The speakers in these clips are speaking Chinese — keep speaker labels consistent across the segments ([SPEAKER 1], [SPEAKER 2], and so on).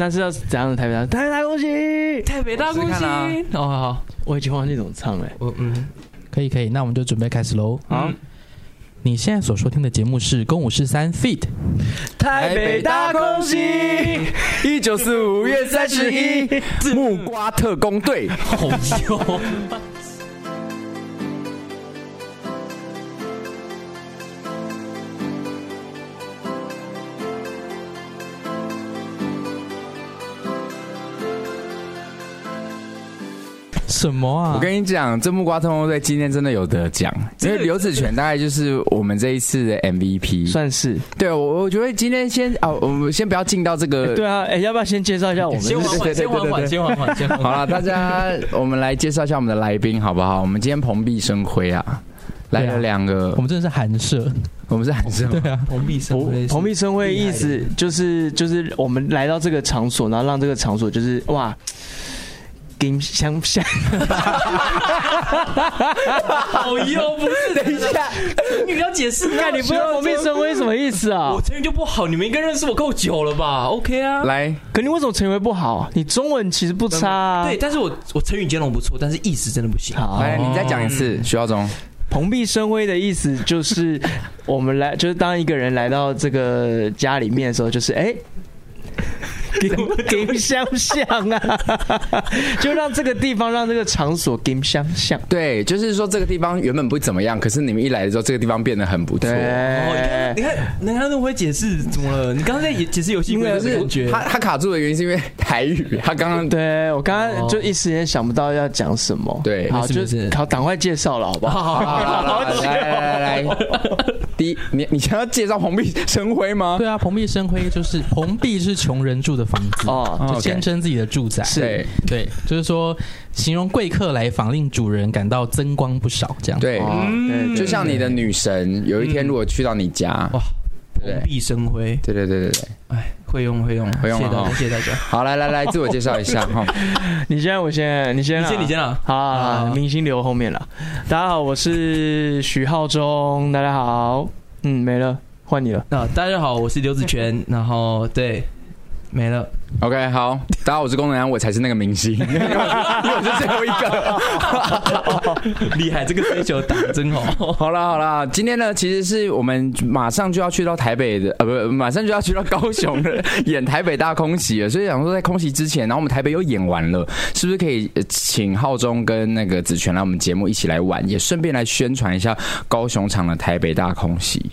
[SPEAKER 1] 那是要怎样的台北大台北大公鸡？
[SPEAKER 2] 台北大
[SPEAKER 1] 我
[SPEAKER 2] 公
[SPEAKER 1] 试
[SPEAKER 2] 鸡
[SPEAKER 1] 试看啊
[SPEAKER 2] 哦，好，
[SPEAKER 1] 我已经忘记怎么唱了、欸。
[SPEAKER 2] 我嗯，
[SPEAKER 3] 可以可以，那我们就准备开始喽。
[SPEAKER 1] 好，
[SPEAKER 3] 你现在所收听的节目是《公五十三 Feed》，
[SPEAKER 1] 台
[SPEAKER 2] 北大公鸡，
[SPEAKER 1] 一九四五
[SPEAKER 2] 月31，
[SPEAKER 1] 木瓜特工队。
[SPEAKER 3] 好哟，什么啊？
[SPEAKER 4] 我跟你讲，这木瓜特工队今天真的有得奖，因为刘子权大概就是我们这一次的 MVP。
[SPEAKER 1] 算是
[SPEAKER 4] 对，我我觉得今天先哦，我们先不要进到这
[SPEAKER 1] 欸对
[SPEAKER 4] 个。
[SPEAKER 1] 啊，哎、要不要哎先介绍一下我们？
[SPEAKER 2] 先缓
[SPEAKER 4] 对
[SPEAKER 2] 缓，
[SPEAKER 4] 对
[SPEAKER 2] 先缓缓，
[SPEAKER 4] 对对对对
[SPEAKER 2] 先缓缓，先缓
[SPEAKER 4] 好
[SPEAKER 2] 缓。
[SPEAKER 4] 了，大家，我们来介绍一下我们的来宾好不好？我们今天蓬荜生辉啊，来
[SPEAKER 3] 对
[SPEAKER 4] 了
[SPEAKER 3] 啊
[SPEAKER 4] 两个
[SPEAKER 3] 我，们真的是寒舍，
[SPEAKER 4] 我们是韩生
[SPEAKER 3] 对啊，
[SPEAKER 2] 蓬荜生
[SPEAKER 1] 蓬蓬荜生辉意思就是就是我们来到这个场所，然后让这个场所就是哇，跟相像。
[SPEAKER 2] 哦哟，不是，等一下，你们要解释，那
[SPEAKER 1] 看 你不知道蓬荜生辉什么意思啊
[SPEAKER 2] 我？成语就不好，你们应该认识我够久了吧？OK 啊，
[SPEAKER 4] 来，
[SPEAKER 1] 可你为什么成为不好？你中文其实不差、啊。
[SPEAKER 2] 对，，但是我我成语兼容不错，但是意思真的不行。
[SPEAKER 1] 好，
[SPEAKER 4] 来，你再讲一次，徐耀宗。
[SPEAKER 1] 蓬荜生辉的意思就是 我们来，就是当一个人来到这个家里面的时候，就是哎。给给相像 啊，就让这个地方，让这个场所给相像。
[SPEAKER 4] 对，就是说这个地方原本不怎么样，可是你们一来的时候，这个地方变得很不错。
[SPEAKER 2] 哦，你看，
[SPEAKER 1] 对
[SPEAKER 2] 你，看，你看，那么会解释怎么了？你刚刚在解释游戏
[SPEAKER 4] 因
[SPEAKER 2] 规
[SPEAKER 4] 为
[SPEAKER 2] 则
[SPEAKER 4] 是
[SPEAKER 2] 的感觉，
[SPEAKER 4] 他他卡住的原因是因为台语，他刚刚
[SPEAKER 1] 对我刚刚就一时间想不到要讲什么。
[SPEAKER 4] 对
[SPEAKER 1] 好，
[SPEAKER 2] 没事
[SPEAKER 1] 就
[SPEAKER 2] 没事
[SPEAKER 1] 好，赶快介绍了，好不好？
[SPEAKER 2] 好
[SPEAKER 4] 好啦好啦来来来来，第一，你你想要介绍蓬荜生辉吗？
[SPEAKER 3] 对啊，蓬荜生辉就是蓬荜是穷人住的房子
[SPEAKER 1] 哦
[SPEAKER 3] 就
[SPEAKER 4] OK
[SPEAKER 3] 谦称自己的住宅，
[SPEAKER 1] 是
[SPEAKER 4] 对
[SPEAKER 3] 对，就是说形容贵客来访令主人感到增光不少，这样
[SPEAKER 4] 对，
[SPEAKER 1] 哦
[SPEAKER 2] 嗯
[SPEAKER 1] 对
[SPEAKER 4] 就像你的女神有一天如果去到你家，
[SPEAKER 2] 哇，蓬
[SPEAKER 4] 对
[SPEAKER 2] 荜生辉，
[SPEAKER 4] 对对对对对，
[SPEAKER 2] 哎，会用会用，
[SPEAKER 4] 会用
[SPEAKER 2] 谢谢大
[SPEAKER 4] 了
[SPEAKER 2] 家，
[SPEAKER 4] 哈
[SPEAKER 2] 谢谢大家。
[SPEAKER 4] 好，来来来，自我介绍一下哈，
[SPEAKER 1] 你先，我先，你先
[SPEAKER 2] 你
[SPEAKER 1] 啊，
[SPEAKER 2] 先，你先啊。
[SPEAKER 1] 好啊，
[SPEAKER 2] 好
[SPEAKER 1] 明星留后面了。大家好，我是徐浩中，大家好。嗯，没了，换你了。
[SPEAKER 2] 那大家好，我是刘子权，然后对，没了。
[SPEAKER 4] OK，好，大家好，我是工人，我才是那个明星，因为我是最后一个。
[SPEAKER 2] 厉害，这个追求打得真好。
[SPEAKER 4] 好啦好啦，今天呢，其实是我们马上就要去到台北的，呃，不，马上就要去到高雄的演台北大空袭了，所以想说在空袭之前，然后我们台北又演完了，是不是可以呃请浩中跟那个子权来我们节目一起来玩，也呃顺便来宣传一下高雄场的台北大空袭？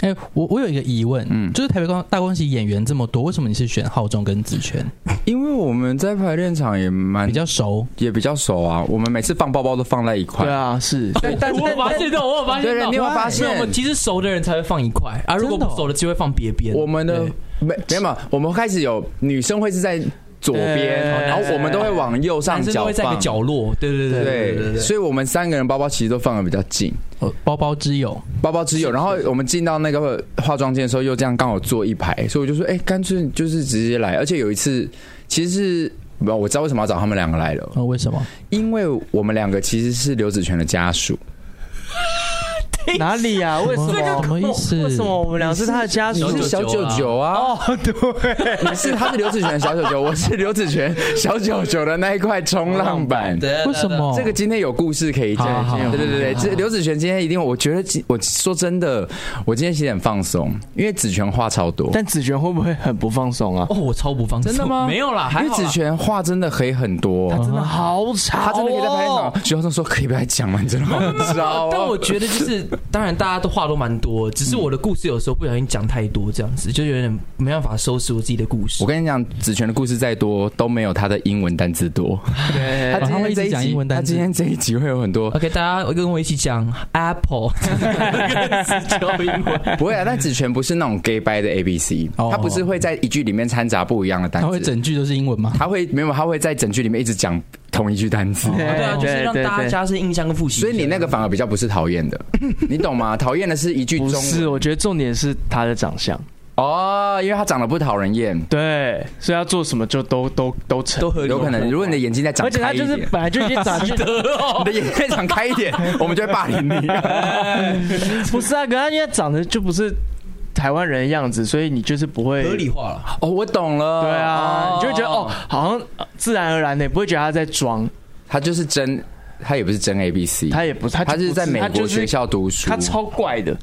[SPEAKER 3] 哎、我我有一个疑问，
[SPEAKER 4] 嗯
[SPEAKER 3] 就是台北光大公喜演员这么多，为什么你是选浩中跟子权
[SPEAKER 4] 因为我们在排练场也蛮
[SPEAKER 3] 比较熟？
[SPEAKER 4] 也比较熟啊，我们每次放包包都放在一块。
[SPEAKER 1] 对啊，是
[SPEAKER 4] 但，但
[SPEAKER 2] 我有发现到，我有发现
[SPEAKER 4] 对
[SPEAKER 2] 到，
[SPEAKER 4] 你有没有发
[SPEAKER 2] 没有
[SPEAKER 4] 现
[SPEAKER 2] 我们其实熟的人才会放一块啊，如果
[SPEAKER 3] 真的
[SPEAKER 2] 不
[SPEAKER 3] 哦
[SPEAKER 2] 熟的就会放别边。
[SPEAKER 4] 我们的
[SPEAKER 2] 对
[SPEAKER 4] 没没有嘛，我们开始有女生会是在左边，
[SPEAKER 1] 对
[SPEAKER 4] 然后我们都会往右上
[SPEAKER 2] 男生都
[SPEAKER 4] 角
[SPEAKER 2] 会在一
[SPEAKER 4] 放
[SPEAKER 2] 个。角落。对对对对对
[SPEAKER 4] 对，
[SPEAKER 2] 对。
[SPEAKER 4] 所以我们三个人包包其实都放的比较近，
[SPEAKER 3] 哦包包之友，
[SPEAKER 4] 包包只有。然后我们进到那个化妆间的时候，又这样刚好坐一排，所以我就说，哎，干脆就是直接来。而且有一次，其实是不，我知道为什么要找他们两个来了，
[SPEAKER 3] 呃，为什么？
[SPEAKER 4] 因为我们两个其实是刘子权的家属。
[SPEAKER 1] 哪里呀？为什么？
[SPEAKER 3] 什么意思？
[SPEAKER 1] 为什么我们俩是他的家属
[SPEAKER 4] 你？是小九九啊？哦，对，你是他是刘子权的小九九，我是刘子权小九九的那一块冲浪板。哦
[SPEAKER 2] 对
[SPEAKER 3] 为什？么？
[SPEAKER 4] 这个今天有故事可以
[SPEAKER 3] 好好
[SPEAKER 4] 讲，
[SPEAKER 3] 好
[SPEAKER 4] 对对对对，这刘子权今天一定，我觉得今我说真的，我今天其实很放松，因为子权话超多，
[SPEAKER 1] 但子璇会不会很不放松啊？
[SPEAKER 2] 哦，我超不放松。
[SPEAKER 4] 真的吗
[SPEAKER 2] 没有啦，
[SPEAKER 4] 因
[SPEAKER 2] 还
[SPEAKER 4] 为
[SPEAKER 2] 好
[SPEAKER 4] 子
[SPEAKER 2] 啦。
[SPEAKER 4] 权话真的可以很多，
[SPEAKER 1] 真的好吵哦，
[SPEAKER 4] 他真的可以在排练场，徐浩正说可以不要再讲吗？你真的好糟哦，
[SPEAKER 2] 但我觉得就是，当然大家都话都蛮多，只是我的故事有时候不小心讲太多，这样子就有点没办法收拾我自己的故事
[SPEAKER 4] 我。跟你讲，子权的故事再多都没有他的英文单字多，他
[SPEAKER 1] 对，
[SPEAKER 4] 今
[SPEAKER 3] 他会
[SPEAKER 4] 天
[SPEAKER 3] 一直
[SPEAKER 4] 这一
[SPEAKER 3] 讲英
[SPEAKER 4] 集，
[SPEAKER 3] 文单
[SPEAKER 4] 他
[SPEAKER 3] 字
[SPEAKER 4] 今天这一集会有很
[SPEAKER 1] 呃
[SPEAKER 4] 多
[SPEAKER 2] OK，大家跟我一起讲 Apple，教英 文。
[SPEAKER 4] 不会啊，但子权不是那种 gay bye 的 A B C，
[SPEAKER 3] 哦
[SPEAKER 4] 他不是会在一句里面掺杂不一样的单
[SPEAKER 3] 他
[SPEAKER 1] 哦
[SPEAKER 3] 会
[SPEAKER 4] 词，
[SPEAKER 3] 整句都是英文吗？
[SPEAKER 4] 他会没有，他会在整句里面一直讲同一句单词。
[SPEAKER 1] 哦
[SPEAKER 2] 对啊，就是让大家
[SPEAKER 1] 对
[SPEAKER 2] 加深印象跟复习。
[SPEAKER 4] 所以你那个反而比较不是 讨厌的，你懂吗？讨厌的是一句
[SPEAKER 1] 不
[SPEAKER 4] 中
[SPEAKER 1] 是，
[SPEAKER 4] 文
[SPEAKER 1] 我觉得重点是他的长相，
[SPEAKER 4] 哦，因为他长得不讨人厌，
[SPEAKER 1] 对，所以他做什么就都都都成，
[SPEAKER 2] 都合理
[SPEAKER 4] 有可能如果你的眼睛再长
[SPEAKER 1] 而且
[SPEAKER 4] 开
[SPEAKER 1] 他
[SPEAKER 4] 一
[SPEAKER 1] 就是
[SPEAKER 4] 点，
[SPEAKER 1] 本来就已经长得
[SPEAKER 4] 你的眼睛再长开 一点，我们就会霸凌你。
[SPEAKER 1] 不是啊，可他现在长得就不是台湾人的样子，所以你就是不会
[SPEAKER 2] 合理化了。
[SPEAKER 4] 哦，我懂了，
[SPEAKER 1] 对啊，
[SPEAKER 4] 哦
[SPEAKER 1] 你就会觉得哦，，好像呃自然而然的，不会觉得他在装，
[SPEAKER 4] 他就是真，他也不是真 A B C，
[SPEAKER 1] 他也不，他
[SPEAKER 4] 他是在美
[SPEAKER 1] 他就
[SPEAKER 4] 国
[SPEAKER 1] 是
[SPEAKER 4] 学校读书，
[SPEAKER 1] 他超怪的。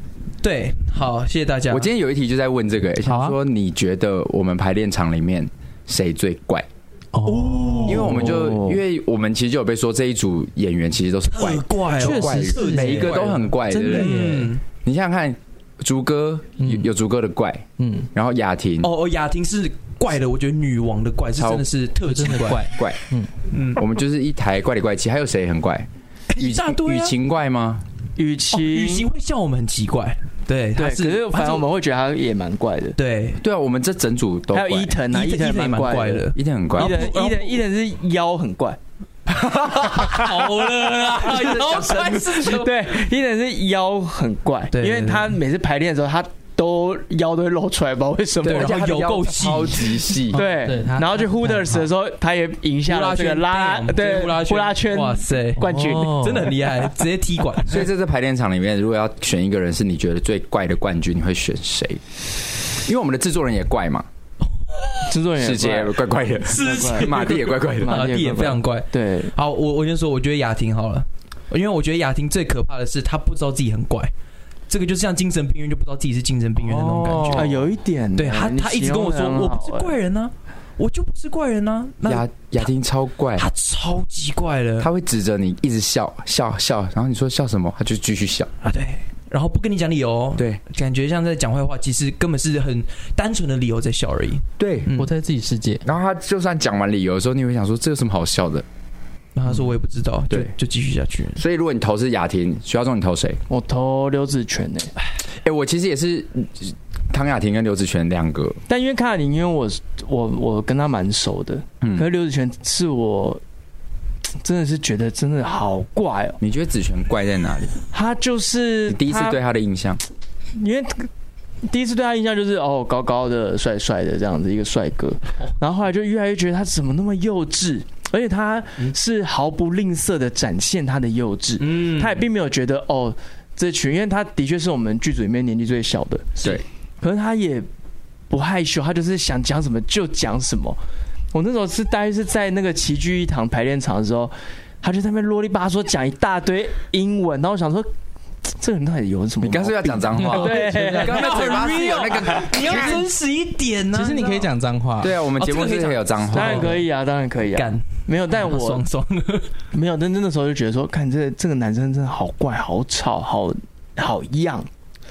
[SPEAKER 2] 对，好，谢谢大家。
[SPEAKER 4] 我今天有一题就在问这个，
[SPEAKER 3] 好啊
[SPEAKER 4] 想说你觉得我们排练场里面谁最怪？
[SPEAKER 3] 哦，
[SPEAKER 4] 因为我们就因为我们其实就有被说这一组演员其实都是嗯怪
[SPEAKER 2] 很，怪哦，
[SPEAKER 3] 确实是
[SPEAKER 4] 每一个都很怪，对
[SPEAKER 3] 真
[SPEAKER 4] 不
[SPEAKER 3] 的
[SPEAKER 4] 对？
[SPEAKER 3] 耶，
[SPEAKER 2] 嗯，
[SPEAKER 4] 你想想看，竹哥有
[SPEAKER 3] 嗯
[SPEAKER 4] 有竹哥的怪，
[SPEAKER 3] 嗯，
[SPEAKER 4] 然后雅婷
[SPEAKER 2] 哦哦，雅婷是怪的，我觉得女王的怪是
[SPEAKER 4] 超
[SPEAKER 2] 真的是特
[SPEAKER 3] 真
[SPEAKER 2] 级
[SPEAKER 3] 的怪，
[SPEAKER 4] 怪，
[SPEAKER 2] 嗯，
[SPEAKER 4] 我们就是一台怪里怪气，还有谁很怪？雨
[SPEAKER 2] 一大堆
[SPEAKER 4] 雨
[SPEAKER 2] 啊
[SPEAKER 4] 晴怪吗？
[SPEAKER 1] 雨
[SPEAKER 2] 哦
[SPEAKER 1] 晴
[SPEAKER 2] 雨晴会笑我们很奇怪，对，
[SPEAKER 1] 对，
[SPEAKER 2] 她
[SPEAKER 1] 可是反正我们会觉得他也蛮怪的。
[SPEAKER 2] 对，
[SPEAKER 4] 对啊，我们这整组都
[SPEAKER 1] 还有
[SPEAKER 4] 怪
[SPEAKER 1] 伊藤啊，
[SPEAKER 2] 伊
[SPEAKER 1] 伊藤
[SPEAKER 2] 伊藤也
[SPEAKER 1] 蛮
[SPEAKER 2] 蛮怪
[SPEAKER 1] 的
[SPEAKER 2] 的。
[SPEAKER 4] 一定很怪
[SPEAKER 1] 伊。
[SPEAKER 2] 然
[SPEAKER 1] 藤
[SPEAKER 2] 后
[SPEAKER 1] 伊
[SPEAKER 2] 然后
[SPEAKER 1] 藤伊藤是腰很怪，
[SPEAKER 2] 好了啦，然后怪是什么
[SPEAKER 1] 对，伊藤是腰很怪，
[SPEAKER 2] 对
[SPEAKER 1] 因为他每次排练的时候，他都腰都会露出来，不知道为什么
[SPEAKER 4] 对，。
[SPEAKER 2] 然后
[SPEAKER 4] 而且他的
[SPEAKER 2] 有
[SPEAKER 4] 腰
[SPEAKER 2] 够细
[SPEAKER 4] 超级细，
[SPEAKER 1] 对
[SPEAKER 3] 对，他
[SPEAKER 1] 然后去
[SPEAKER 3] 他他
[SPEAKER 1] Hooters 的时候，他也赢下
[SPEAKER 2] 呼
[SPEAKER 1] 了
[SPEAKER 2] 啦
[SPEAKER 1] 这个
[SPEAKER 2] 圈
[SPEAKER 1] 拉
[SPEAKER 2] 对
[SPEAKER 1] 对
[SPEAKER 2] 呼啦圈
[SPEAKER 1] 呼啦圈
[SPEAKER 2] 哇塞，
[SPEAKER 1] 冠军。
[SPEAKER 3] 哦
[SPEAKER 2] 真的很厉害， 直接踢馆。
[SPEAKER 4] 所以在这排练场里面，如果要选一个人是你觉得最怪的冠军，你会选谁？因为我们的制作人也怪嘛，
[SPEAKER 1] 制作人
[SPEAKER 4] 世
[SPEAKER 1] 也
[SPEAKER 4] 界
[SPEAKER 1] 怪
[SPEAKER 4] 怪怪的，
[SPEAKER 2] 是
[SPEAKER 1] 怪
[SPEAKER 4] 马蒂也怪怪的。
[SPEAKER 1] 马
[SPEAKER 2] 马
[SPEAKER 1] 蒂
[SPEAKER 2] 蒂
[SPEAKER 1] 也
[SPEAKER 2] 啊也非常怪。
[SPEAKER 1] 对，
[SPEAKER 2] 好，我我先说，我觉得雅婷好了，因为我觉得雅婷最可怕的是她不知道自己很怪，这个就像精神病院就不知道自己是精神病院的那种感觉。
[SPEAKER 4] 哦
[SPEAKER 1] 啊，有一点，
[SPEAKER 2] 对她，
[SPEAKER 1] 你
[SPEAKER 2] 她一直跟我说
[SPEAKER 1] 形容得
[SPEAKER 2] 我
[SPEAKER 1] 很好哎
[SPEAKER 2] 不是怪人呢、我就不是怪人呢、那
[SPEAKER 4] 雅雅婷超 怪，
[SPEAKER 2] 她超级怪了，
[SPEAKER 4] 她会指着你一直笑笑笑，然后你说笑什么，她就继续笑。
[SPEAKER 2] 啊对，然后不跟你讲理由，，
[SPEAKER 4] 对
[SPEAKER 2] 感觉像在讲坏话，其实根本是很单纯的理由在笑而已。嗯
[SPEAKER 4] 对，嗯
[SPEAKER 3] 我在自己世界，
[SPEAKER 4] 然后她就算讲完理由的时候，你会想说这有什么好笑的？
[SPEAKER 2] 然后她说我也不知道，就
[SPEAKER 4] 对
[SPEAKER 2] 就继续下去。
[SPEAKER 4] 所以如果你投是雅婷，徐耀中你投谁？
[SPEAKER 1] 我投刘子权呢，
[SPEAKER 4] 哎、我其实也是嗯唐雅婷跟刘子璇两个，
[SPEAKER 1] 但因为看了你，因为我我我跟他蛮熟的，可
[SPEAKER 4] 嗯，
[SPEAKER 1] 是刘子权是我真的是觉得真的好怪哦，
[SPEAKER 4] 你觉得子璇怪在哪里？
[SPEAKER 1] 他就是
[SPEAKER 4] 你第一次
[SPEAKER 1] 他
[SPEAKER 4] 对，她的印象，
[SPEAKER 1] 因为第一次对他印象就是哦高高的帅帅的这样子一个帅哥，
[SPEAKER 2] 哦
[SPEAKER 1] 然后后来就越来越觉得他怎么那么幼稚，而且他是毫不吝啬的展现他的幼稚，
[SPEAKER 2] 嗯
[SPEAKER 1] 他也并没有觉得哦这群，因为他的确是我们剧组里面年纪最小的，
[SPEAKER 4] 对，
[SPEAKER 1] 可是他也不害羞，他就是想讲什么就讲什么。我那时候是大约是在那个齐聚一堂排练场的时候，他就在那边啰里吧嗦讲一大堆英文，然后我想说，嘖这个人到底有什么？
[SPEAKER 4] 你刚才要讲脏话，
[SPEAKER 1] 对
[SPEAKER 4] 你刚才嘴巴是有那个，
[SPEAKER 2] 你要真实一点啊呢、
[SPEAKER 3] 其实你可以讲脏话，
[SPEAKER 4] 对啊，我们
[SPEAKER 2] 哦
[SPEAKER 4] 节目
[SPEAKER 2] 这
[SPEAKER 4] 是
[SPEAKER 2] 个可以
[SPEAKER 4] 有脏
[SPEAKER 1] 当
[SPEAKER 4] 话
[SPEAKER 1] 然，可以啊，当然可以啊，
[SPEAKER 2] 干，
[SPEAKER 1] 没有，但我
[SPEAKER 2] 爽爽。
[SPEAKER 1] 没有，但真的时候就觉得说，看这这个男生真的好怪，好吵，好好样，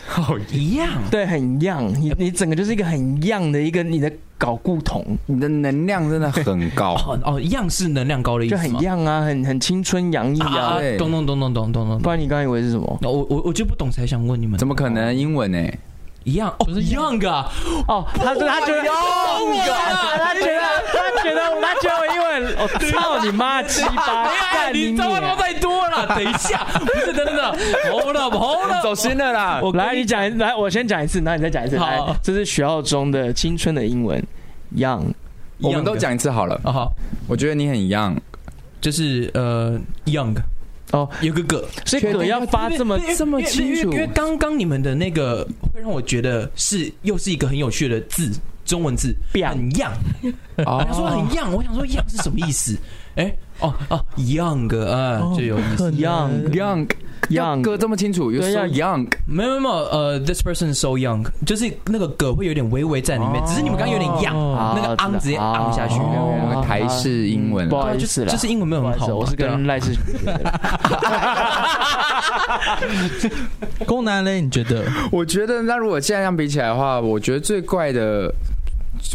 [SPEAKER 4] 好，
[SPEAKER 2] 一样。。
[SPEAKER 1] 对，很样，你你整个就是一个很样的一个你的搞固酮，
[SPEAKER 4] 你的能量真的很 高
[SPEAKER 2] 哦哦，样是能量高的意思
[SPEAKER 1] 就
[SPEAKER 2] 吗
[SPEAKER 1] 很样啊，很很青春洋溢
[SPEAKER 2] 啊
[SPEAKER 1] 啊，
[SPEAKER 4] 对
[SPEAKER 2] 懂懂懂懂懂懂懂
[SPEAKER 1] 不
[SPEAKER 2] 懂。
[SPEAKER 1] 然你刚才以为是什么？
[SPEAKER 2] 那哦我我我就不懂，才想问你们，
[SPEAKER 4] 怎么可能英文呢、
[SPEAKER 2] 一样？哦
[SPEAKER 3] 不，是
[SPEAKER 2] 一样的啊，
[SPEAKER 1] 哦，他他觉得，他觉得他觉得他觉得我英文，我操你妈鸡巴，
[SPEAKER 2] 哎
[SPEAKER 1] 干
[SPEAKER 2] 你
[SPEAKER 1] 娘
[SPEAKER 2] 糟糕太多了。等一下， 不是等等等，hold up hold up，
[SPEAKER 4] 走心了 啦！
[SPEAKER 2] 我
[SPEAKER 1] 来，你讲一，来，我先讲一次，然后你再讲一次。
[SPEAKER 2] 好
[SPEAKER 1] 来，这是徐耀中的青春的英文，Young。
[SPEAKER 4] 我们都讲一次好了。
[SPEAKER 2] 啊，好，
[SPEAKER 4] 我觉得你很 young，
[SPEAKER 2] 就是呃，young
[SPEAKER 1] 哦，
[SPEAKER 2] 有个个
[SPEAKER 1] 所以葛要发这么
[SPEAKER 2] 因为
[SPEAKER 1] 这么
[SPEAKER 2] 因为
[SPEAKER 1] 清
[SPEAKER 2] 因
[SPEAKER 1] 楚
[SPEAKER 2] 为因，为刚刚你们的那个会让我觉得是又是一个很有趣的字，中文字
[SPEAKER 1] 表
[SPEAKER 2] 很样。
[SPEAKER 4] 哦
[SPEAKER 2] 他说很样，我想说样是什么意思？哎，哦哦，一样的啊，就有意思。
[SPEAKER 1] Young
[SPEAKER 4] young
[SPEAKER 1] Young
[SPEAKER 4] 歌这么清楚，又
[SPEAKER 1] 对
[SPEAKER 4] so
[SPEAKER 1] 要
[SPEAKER 4] young，
[SPEAKER 2] 没有没有没有，呃，this person is so young，就是那个梗会有点微微在里面，只是你们刚刚有点样，
[SPEAKER 1] 哦
[SPEAKER 2] 那个昂直接昂下去。
[SPEAKER 1] 哦啊
[SPEAKER 4] 哦，台式英文
[SPEAKER 1] 不
[SPEAKER 4] 啊
[SPEAKER 1] 好
[SPEAKER 2] 对
[SPEAKER 1] 意
[SPEAKER 2] 就
[SPEAKER 1] 思
[SPEAKER 2] 是
[SPEAKER 1] 啦，
[SPEAKER 2] 就是英文没有
[SPEAKER 1] 不好
[SPEAKER 2] 很
[SPEAKER 1] 意
[SPEAKER 2] 好
[SPEAKER 1] 思，
[SPEAKER 2] 嘛，
[SPEAKER 1] 我是
[SPEAKER 2] 对啊
[SPEAKER 1] 跟赖世学的。
[SPEAKER 3] 宫南嘞，你觉得？
[SPEAKER 4] 我觉得，那如果现在这样比起来的话，我觉得最怪的，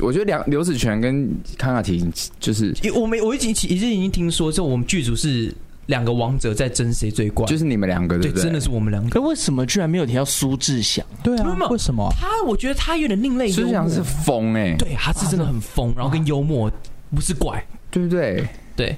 [SPEAKER 4] 我觉得梁刘子权跟康雅婷就是
[SPEAKER 2] 因为我们我已经已经已经听说，就我们剧组是两个王者在争谁最怪，
[SPEAKER 4] 就是你们两个，
[SPEAKER 2] 对，
[SPEAKER 4] 不对？
[SPEAKER 2] 真的是我们两个。
[SPEAKER 1] 可为什么居然没有提到苏志祥？
[SPEAKER 3] 对
[SPEAKER 2] 没有没
[SPEAKER 3] 啊
[SPEAKER 2] 有，
[SPEAKER 3] 为什么啊？
[SPEAKER 2] 他我觉得他有点另类幽默，
[SPEAKER 4] 孙翔是疯哎、
[SPEAKER 2] 对，他是真的很疯，然后跟幽默，不是怪，
[SPEAKER 4] 对不对？
[SPEAKER 2] 对，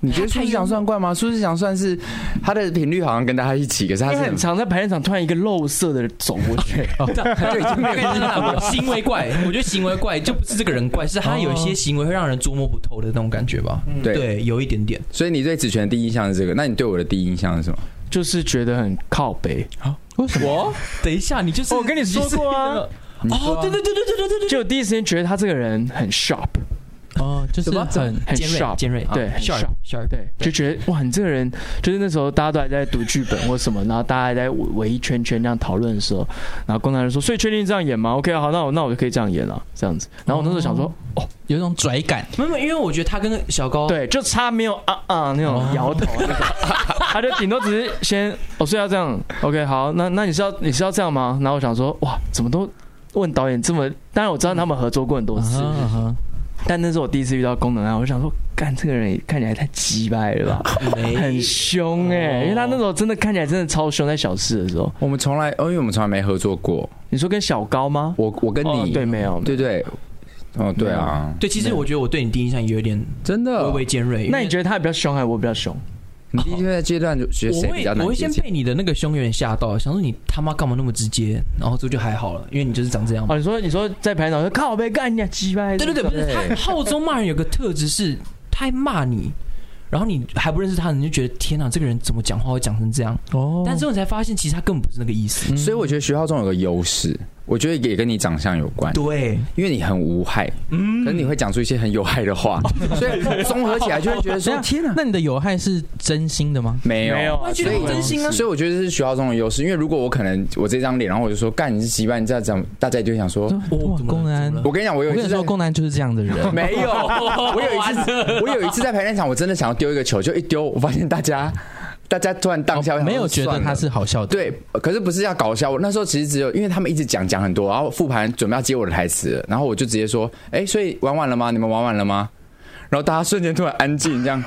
[SPEAKER 4] 你觉得
[SPEAKER 2] 他
[SPEAKER 4] 苏
[SPEAKER 2] 太
[SPEAKER 4] 志祥算怪吗？苏志祥算是他的频率好像跟大家一起，可是他
[SPEAKER 1] 因
[SPEAKER 4] 是
[SPEAKER 1] 为很常在排练场突然一个露色的人走过 去，
[SPEAKER 2] 他就已经没有行为怪，我觉得行为怪就不是这个人怪，是他有一些行为会让人捉摸不透的那种感觉吧。
[SPEAKER 4] 对
[SPEAKER 2] 对，有一点点。
[SPEAKER 4] 所以你对子权的第一印象是这个，那你对我的第一印象是什么？
[SPEAKER 1] 就是觉得很靠北。
[SPEAKER 3] 为什么？
[SPEAKER 2] 我等一下，你就是
[SPEAKER 1] 我跟你说过啊
[SPEAKER 2] 你
[SPEAKER 4] 你
[SPEAKER 2] 是那个。
[SPEAKER 4] 说
[SPEAKER 2] 哦，
[SPEAKER 4] 啊
[SPEAKER 2] 对对对对对对对对，
[SPEAKER 1] 就第一时间觉得他这个人很 sharp，
[SPEAKER 3] 哦，就是很
[SPEAKER 1] 很
[SPEAKER 2] 尖锐
[SPEAKER 1] sharp，
[SPEAKER 2] 尖锐，
[SPEAKER 1] 对
[SPEAKER 2] 啊
[SPEAKER 1] 很
[SPEAKER 2] sharp
[SPEAKER 1] sharp
[SPEAKER 2] sharp，
[SPEAKER 1] 对，就觉得哇，你这个人就是那时候大家都还在读剧本或什么，然后大家还在围一圈圈那样讨论的时候，然后工作人员说，所以确定这样演吗？OK，好，那我那我就可以这样演了，这样子。然后我那时候想说，
[SPEAKER 3] 有一种拽感，
[SPEAKER 2] 没有，没有因为我觉得他跟小高，
[SPEAKER 1] 对，就差没有啊啊那种摇头那种，他就顶多只是先哦，所以要这样，OK，好，那那你是要你是要这样吗？然后我想说，哇，怎么都问导演这么，当然我知道他们合作过很多次，
[SPEAKER 3] 啊哈啊哈
[SPEAKER 1] 但那是我第一次遇到功能啊，我就想说，干这个人也看起来太鸡掰了 吧，
[SPEAKER 3] 啊
[SPEAKER 1] 很凶哎、
[SPEAKER 2] 哦
[SPEAKER 1] 因为他那时候真的看起来真的超凶，在小四的时候，
[SPEAKER 4] 我们从来，哦，因为我们从来没合作过。
[SPEAKER 1] 你说跟小高吗？
[SPEAKER 4] 我我跟
[SPEAKER 1] 哦
[SPEAKER 4] 你，
[SPEAKER 1] 对没有？
[SPEAKER 4] 对对，哦对啊，
[SPEAKER 2] 对，其实我觉得我对你第一印象有点
[SPEAKER 4] 真的
[SPEAKER 3] 哦
[SPEAKER 2] 微。微尖锐。
[SPEAKER 1] 那你
[SPEAKER 2] 得
[SPEAKER 1] 觉得他比较凶还是我比较凶？
[SPEAKER 4] 你第一个阶段就觉得
[SPEAKER 2] 我
[SPEAKER 4] 谁比
[SPEAKER 2] 会
[SPEAKER 4] 较难
[SPEAKER 2] 我会
[SPEAKER 4] 接
[SPEAKER 2] 先
[SPEAKER 4] 近？
[SPEAKER 2] 被你的那个凶有点吓到，想说你他妈干嘛那么直接？然后这就还好了，因为你就是长这样嘛。
[SPEAKER 1] 哦，你说你说在排场说靠我被干你啊鸡掰，
[SPEAKER 2] 对对对，不是
[SPEAKER 4] 对
[SPEAKER 2] 他浩中骂人有个特质是，他还骂你，然后你还不认识他，你就觉得天哪，这个人怎么讲话会讲成这样？
[SPEAKER 3] 哦
[SPEAKER 2] 但之后你才发现，其实他根本不是那个意思。
[SPEAKER 4] 所以我觉得徐浩中有个优势，我觉得也跟你长相有关，
[SPEAKER 2] 对，
[SPEAKER 4] 因为你很无害，嗯，可是你会讲出一些很有害 的话，所以综合起来就会觉得说
[SPEAKER 3] 等一下
[SPEAKER 4] 天哪，
[SPEAKER 3] 那你的有害是真心的吗？
[SPEAKER 4] 没有
[SPEAKER 1] 没有啊，
[SPEAKER 2] 我觉
[SPEAKER 1] 所
[SPEAKER 2] 得
[SPEAKER 1] 以
[SPEAKER 2] 我真心啊
[SPEAKER 4] 所以我觉得这是徐浩中的优势，因为如果我可能我这张脸，然后我就说干你是鸡巴，你这样讲，大家就会想说，
[SPEAKER 3] 哇，
[SPEAKER 2] 哦怎么了
[SPEAKER 3] 公安
[SPEAKER 2] 怎么，了
[SPEAKER 4] 我跟你讲，我有
[SPEAKER 3] 我
[SPEAKER 4] 一
[SPEAKER 3] 跟
[SPEAKER 4] 次
[SPEAKER 3] 你
[SPEAKER 4] 在。
[SPEAKER 3] 说，公安就是这样的人
[SPEAKER 4] 没 有，我有一次我有一次在排练场，我真的想要丢一个球，就一丢，我发现大家大家突然当下、
[SPEAKER 3] 哦没有觉得他
[SPEAKER 4] 是。
[SPEAKER 3] 是好笑的，
[SPEAKER 4] 对，可是不是要搞笑。我那时候其实只有，因为他们一直讲讲很多，然后复盘准备要接我的台词了，然后我就直接说：“哎、所以玩完了吗？你们玩完了吗？”然后大家瞬间突然安 静，这样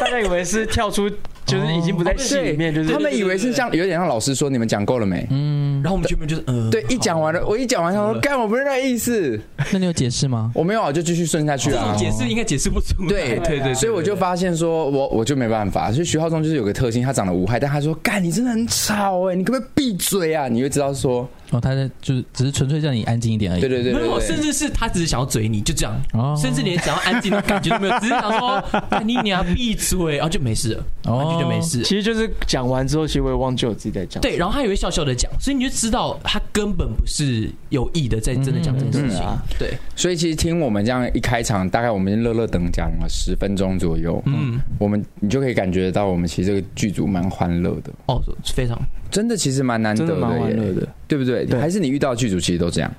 [SPEAKER 1] 大家以为是跳出，就是已经不在戏里面，就是
[SPEAKER 4] 他们以为是像有点像老师说：“你们讲够了没
[SPEAKER 3] 嗯
[SPEAKER 2] 然后我们全部就是嗯，？”
[SPEAKER 4] 对，一讲完
[SPEAKER 2] 好
[SPEAKER 4] 了，我一讲完，他说：“干，我不是那意思，
[SPEAKER 3] 那你有解释吗？
[SPEAKER 4] 我没有啊，我就继续顺下去
[SPEAKER 2] 这
[SPEAKER 4] 啊
[SPEAKER 2] 种。解释应该解释不出来。
[SPEAKER 4] 对
[SPEAKER 2] 对对，
[SPEAKER 4] 所以我就发现说，我我就没办法。所以徐浩中就是有个特性，他长得无害，但他说：“干，你真的很吵哎、你可不可以闭嘴啊？”你就知道说，
[SPEAKER 3] 哦，他在就是只是纯粹叫你安静一点而已。
[SPEAKER 4] 对对对
[SPEAKER 2] 没
[SPEAKER 4] 对
[SPEAKER 2] 有，
[SPEAKER 4] 对，
[SPEAKER 2] 甚至是他只是想要嘴你，就这样，
[SPEAKER 3] 哦
[SPEAKER 2] 甚至连想要安静的感觉都没有，只是想说干你娘闭嘴，啊然后就没事了，
[SPEAKER 3] 哦
[SPEAKER 2] 完全就没事了。
[SPEAKER 1] 其实就是讲完之后，其实我也忘记我自己在讲。
[SPEAKER 2] 对，然后他也会笑笑的讲，所以你就知道他根本不是有意的在真的讲这件事
[SPEAKER 1] 嗯嗯嗯
[SPEAKER 2] 情
[SPEAKER 1] 啊。
[SPEAKER 2] 对，
[SPEAKER 4] 所以其实听我们这样一开场，大概我们乐乐等讲了十分钟左右，
[SPEAKER 2] 嗯，
[SPEAKER 4] 我们你就可以感觉到我们其实这个剧组蛮欢乐的，
[SPEAKER 2] 哦，非常
[SPEAKER 4] 真的其实蛮难得
[SPEAKER 1] 真的蛮
[SPEAKER 4] 耶，
[SPEAKER 1] 欢乐的，
[SPEAKER 4] 对不对？
[SPEAKER 1] 对
[SPEAKER 4] 还是你遇到的剧组其实都这样，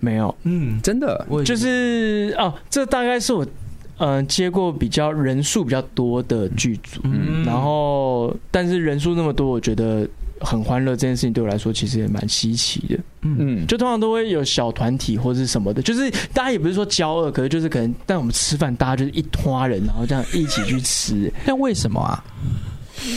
[SPEAKER 1] 没有，
[SPEAKER 2] 嗯，
[SPEAKER 4] 真的。
[SPEAKER 2] 我也
[SPEAKER 1] 就
[SPEAKER 2] 觉
[SPEAKER 1] 是哦，这大概是我嗯、呃接过比较人数比较多的剧组，
[SPEAKER 2] 得
[SPEAKER 4] 嗯
[SPEAKER 1] 然后但是人数那么多，我觉得很欢乐这件事情对我来说其实也蛮稀奇的。
[SPEAKER 4] 嗯，
[SPEAKER 1] 就通常都会有小团体或是什么的，就是大家也不是说骄傲，可是就是可能，但我们吃饭大家就是一团人，然后这样一起去吃。
[SPEAKER 3] 但为什么啊？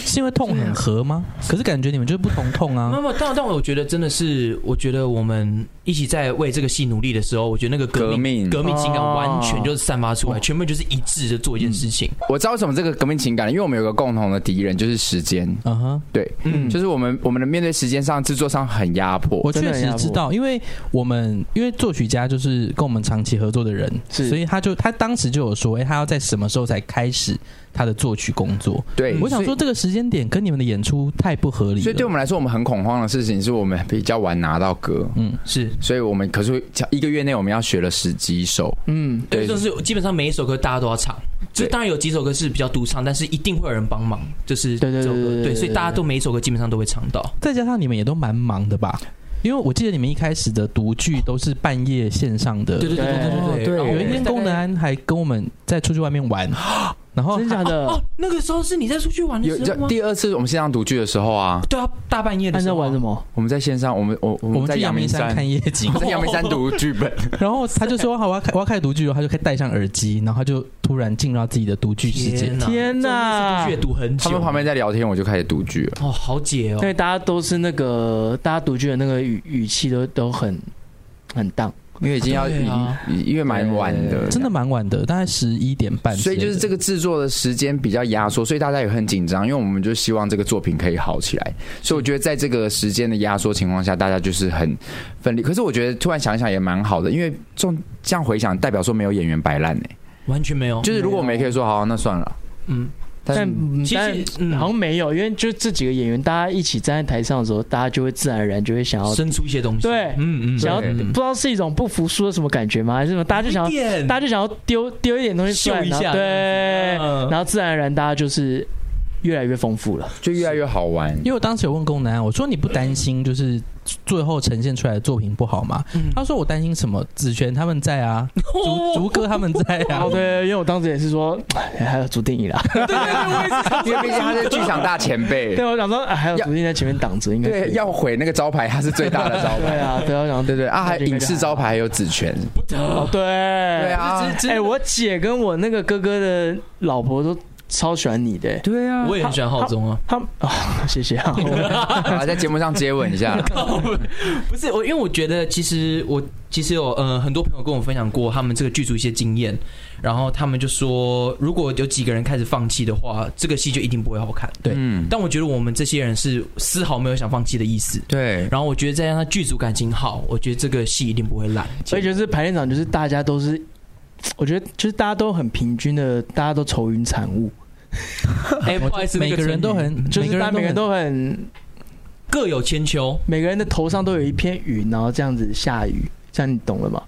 [SPEAKER 3] 是因为痛很合吗？可是感觉你们就是不同痛
[SPEAKER 2] 没有
[SPEAKER 3] 啊。
[SPEAKER 2] 没有，但但我觉得真的是，我觉得我们一起在为这个戏努力的时候，我觉得那个革
[SPEAKER 4] 革
[SPEAKER 2] 命
[SPEAKER 4] 命
[SPEAKER 2] 革命情感
[SPEAKER 1] 哦
[SPEAKER 2] 完全就是散发出来，全部就是一致的做一件事情。
[SPEAKER 4] 我知道为什么这个革命情感了，因为我们有个共同的敌人就是时间，
[SPEAKER 3] 嗯哼，
[SPEAKER 4] 对，
[SPEAKER 1] 嗯，
[SPEAKER 4] 就是是我们我们的面对时间上制作上很压迫，
[SPEAKER 3] 我确实知道，因为我们因为作曲家就是跟我们长期合作的人，
[SPEAKER 1] 是
[SPEAKER 3] 所以他就他当时就有说，哎、他要在什么时候才开始他的作曲工作？
[SPEAKER 4] 对，
[SPEAKER 3] 嗯我想
[SPEAKER 4] 嗯所
[SPEAKER 3] 说
[SPEAKER 4] 以。
[SPEAKER 3] 这个时间点跟你们的演出太不合理了。
[SPEAKER 4] 所以对我们来说，我们很恐慌的事情是我们比较晚拿到歌，
[SPEAKER 2] 是，
[SPEAKER 4] 所以我们可是一个月内我们要学了十几首，
[SPEAKER 1] 嗯，
[SPEAKER 2] 对，
[SPEAKER 4] 对
[SPEAKER 2] 就是基本上每一首歌大家都要唱，就
[SPEAKER 4] 对
[SPEAKER 2] 当然有几首歌是比较独唱，但是一定会有人帮忙，就是
[SPEAKER 1] 对对对
[SPEAKER 2] 这首
[SPEAKER 1] 对对
[SPEAKER 2] 歌，
[SPEAKER 1] 对
[SPEAKER 2] 对，
[SPEAKER 1] 对
[SPEAKER 2] 所以大家都每一首歌基本上都会唱到。
[SPEAKER 3] 再加上你们也都蛮忙的吧？因为我记得你们一开始的独剧都是半夜线上的，
[SPEAKER 2] 对对对
[SPEAKER 1] 对
[SPEAKER 2] 对对
[SPEAKER 4] 哦对
[SPEAKER 2] 对。
[SPEAKER 3] 有一天
[SPEAKER 2] 功
[SPEAKER 3] 功能
[SPEAKER 2] 能
[SPEAKER 3] 安还跟我们再出去外面玩，然后
[SPEAKER 1] 真假的？
[SPEAKER 2] 哦，那个时候是你在出去玩的
[SPEAKER 4] 有
[SPEAKER 2] 时
[SPEAKER 4] 这
[SPEAKER 2] 候吗？
[SPEAKER 4] 第二次我们线上独剧的时候啊，
[SPEAKER 2] 对啊，大半夜的
[SPEAKER 1] 他
[SPEAKER 2] 时
[SPEAKER 1] 在
[SPEAKER 2] 候啊。
[SPEAKER 1] 玩什么？
[SPEAKER 4] 我们在线上，我们我我
[SPEAKER 3] 我
[SPEAKER 4] 们
[SPEAKER 3] 们
[SPEAKER 4] 在
[SPEAKER 3] 去
[SPEAKER 4] 阳
[SPEAKER 3] 阳
[SPEAKER 4] 明
[SPEAKER 3] 明
[SPEAKER 4] 山
[SPEAKER 3] 山看夜景
[SPEAKER 4] 我，们在阳明山读剧本，
[SPEAKER 3] 然后他就说好，我要开我要开独剧了，他就开戴上耳机，然后他就突然进入到自己的独剧世界
[SPEAKER 2] 天。哪！
[SPEAKER 1] 天哪
[SPEAKER 2] 阅读很久，啊
[SPEAKER 4] 他们旁边在聊天，我就开始读剧了。
[SPEAKER 2] 哦，好解哦
[SPEAKER 1] 因，为大家都是那个，大家独居的那个语语气都都很很荡。
[SPEAKER 4] 因为已经要，
[SPEAKER 2] 对啊
[SPEAKER 4] 已因为蛮晚的，
[SPEAKER 3] 真的。蛮晚的，大概十一点半之
[SPEAKER 4] 所
[SPEAKER 3] 类
[SPEAKER 4] 以
[SPEAKER 3] 的。
[SPEAKER 4] 就是这个制作的时间比较压缩，所以大家也很紧张，因为我们就希望这个作品可以好起来。所以我觉得在这个时间的压缩情况下，大家就是很奋力。可是我觉得突然想一想也蛮好的，因为这种这样回想，代表说没有演员摆烂呢。欸
[SPEAKER 1] 哦
[SPEAKER 2] 完全没有，
[SPEAKER 4] 就是如果我们也可以说好，那算了，
[SPEAKER 2] 嗯，
[SPEAKER 4] 但
[SPEAKER 1] 但
[SPEAKER 4] 是
[SPEAKER 1] 嗯
[SPEAKER 2] 其
[SPEAKER 1] 但
[SPEAKER 2] 实嗯
[SPEAKER 1] 好像没有，因为就这几个演员，大家一起站在台上的时候，大家就会自然而然就会想要
[SPEAKER 2] 生出一些东西。
[SPEAKER 1] 对
[SPEAKER 2] 嗯嗯，
[SPEAKER 1] 想要，
[SPEAKER 4] 对
[SPEAKER 1] 不知道是一种不服输的什么感觉吗？还是什么？大家就想要，
[SPEAKER 2] 要
[SPEAKER 1] 大家就想要丢丢一点东西出来，
[SPEAKER 2] 秀一下
[SPEAKER 1] 然后对，
[SPEAKER 2] 嗯
[SPEAKER 1] 然后自然而然大家就是越来越丰富了。
[SPEAKER 4] 就越来越好玩。
[SPEAKER 3] 因为我当时有问龚南，我说你不担心就是最后呈现出来的作品不好吗？
[SPEAKER 2] 嗯
[SPEAKER 3] 他说我担心什么？子璇他们在啊， 竹竹哥他们在 啊
[SPEAKER 1] 好。 的，因为我当时也是说，哎还有竹定仪啦，
[SPEAKER 4] 因为毕竟他是剧场大前 辈
[SPEAKER 1] 对，，我想说，哎还有竹定在前面挡着，应该可
[SPEAKER 4] 对，
[SPEAKER 1] 以
[SPEAKER 4] 要毁那个招牌，他是最大的 招
[SPEAKER 1] 对
[SPEAKER 4] 牌。
[SPEAKER 1] 啊，对啊，我想
[SPEAKER 4] 对对啊，还
[SPEAKER 1] 那就应
[SPEAKER 4] 影
[SPEAKER 1] 该
[SPEAKER 4] 视招牌还有紫泉，
[SPEAKER 1] 哦，对， 对
[SPEAKER 4] 对。啊，
[SPEAKER 1] 哎、我姐跟我那个哥哥的老婆都超喜欢你的、
[SPEAKER 4] 对啊，
[SPEAKER 2] 我也很喜欢浩中啊，
[SPEAKER 1] 他们啊、谢 谢啊，我
[SPEAKER 4] 好在节目上接吻一 下，
[SPEAKER 2] 不是我，因为我觉得其实我其实有呃很多朋友跟我分享过他们这个剧组一些经验，然后他们就说，如果有几个人开始放弃的话，这个戏就一定不会好看。
[SPEAKER 3] 对
[SPEAKER 4] 嗯，
[SPEAKER 2] 但我觉得我们这些人是丝毫没有想放弃的意思。
[SPEAKER 4] 对，
[SPEAKER 2] 然后我觉得再让他剧组感情好，我觉得这个戏一定不会烂。
[SPEAKER 1] 所以就是排练场，就是大家都是，我觉得就是大家都很平均的，大家都愁云惨雾，
[SPEAKER 2] 哎，不好意思，
[SPEAKER 3] 每
[SPEAKER 2] 那
[SPEAKER 3] 个人都
[SPEAKER 2] 成语
[SPEAKER 3] 很，
[SPEAKER 1] 就是大家每个
[SPEAKER 3] 每个
[SPEAKER 1] 人
[SPEAKER 3] 人都
[SPEAKER 1] 都很，
[SPEAKER 2] 各有千秋。
[SPEAKER 1] 每个人的头上都有一片云，然后这样子下雨，这样你懂了吗？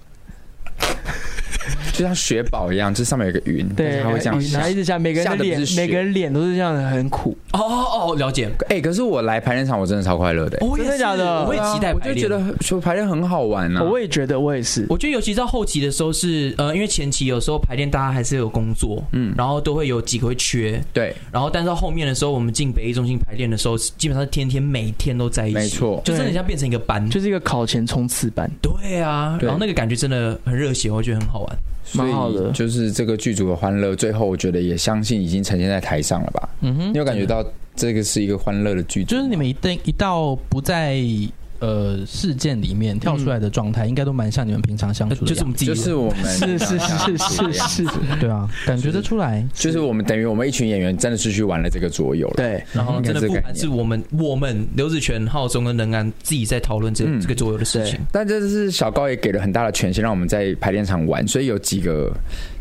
[SPEAKER 4] 就像雪宝一样，这上面有一个云，但
[SPEAKER 1] 对，
[SPEAKER 4] 是它会这样
[SPEAKER 1] 雨然
[SPEAKER 4] 下
[SPEAKER 1] 后一。直下，每个人的
[SPEAKER 4] 下的
[SPEAKER 1] 脸
[SPEAKER 4] 不是，雪
[SPEAKER 1] 每个人脸都是这样的，很苦。
[SPEAKER 2] 哦哦哦，了解。哦
[SPEAKER 4] 哎，可是我来排练场，我真的超快乐的。
[SPEAKER 2] 我也
[SPEAKER 1] 真的假的
[SPEAKER 2] 是我也期待
[SPEAKER 4] 啊我
[SPEAKER 2] 排
[SPEAKER 4] 就
[SPEAKER 2] 练
[SPEAKER 4] 觉得说排练很好玩啊。
[SPEAKER 1] 我也觉得，我也是。
[SPEAKER 4] 嗯
[SPEAKER 2] 我觉得尤其到后期的时候是，呃，因为前期有时候排练大家还是有工作，
[SPEAKER 4] 嗯，
[SPEAKER 2] 然后都会有几个会缺，
[SPEAKER 4] 对，
[SPEAKER 2] 然后但是到后面的时候，我们进北艺中心排练的时候，基本上是天天每天都在一起，
[SPEAKER 4] 没，错，
[SPEAKER 2] 就真的像变成一个班。
[SPEAKER 1] 就是一个考前冲刺班，
[SPEAKER 2] 对啊，
[SPEAKER 4] 对
[SPEAKER 2] 然后那个感觉真的很热血，我觉得很好玩。
[SPEAKER 4] 所
[SPEAKER 1] 蛮好的
[SPEAKER 4] 以就是这个剧组的欢乐，最后我觉得也相信已经呈现在台上了吧？
[SPEAKER 3] 嗯哼
[SPEAKER 4] 你有感觉到这个是一个欢乐的剧组
[SPEAKER 3] 就
[SPEAKER 4] 吗？
[SPEAKER 3] 是你们一定一到不在呃事件里面跳出来的状态，应该都蛮像你们平常相处的
[SPEAKER 2] 呃就
[SPEAKER 3] 样
[SPEAKER 2] 是
[SPEAKER 3] 子，
[SPEAKER 2] 我们自己人，
[SPEAKER 4] 就 是我
[SPEAKER 1] 是是
[SPEAKER 4] 们哎
[SPEAKER 1] 是是是，
[SPEAKER 3] 对啊，感觉得出来。
[SPEAKER 4] 就是我们等于我们一群演员真的是去玩了这个桌游了。
[SPEAKER 1] 对，
[SPEAKER 3] 嗯
[SPEAKER 2] 然后真的
[SPEAKER 4] 应该是这
[SPEAKER 2] 不
[SPEAKER 4] 个
[SPEAKER 2] 盘是我们我们刘子权、浩中跟任安自己在讨论这、
[SPEAKER 4] 嗯
[SPEAKER 2] 这个左右的事情。
[SPEAKER 4] 但这是小高也给了很大的权限，让我们在排练场玩，所以有几个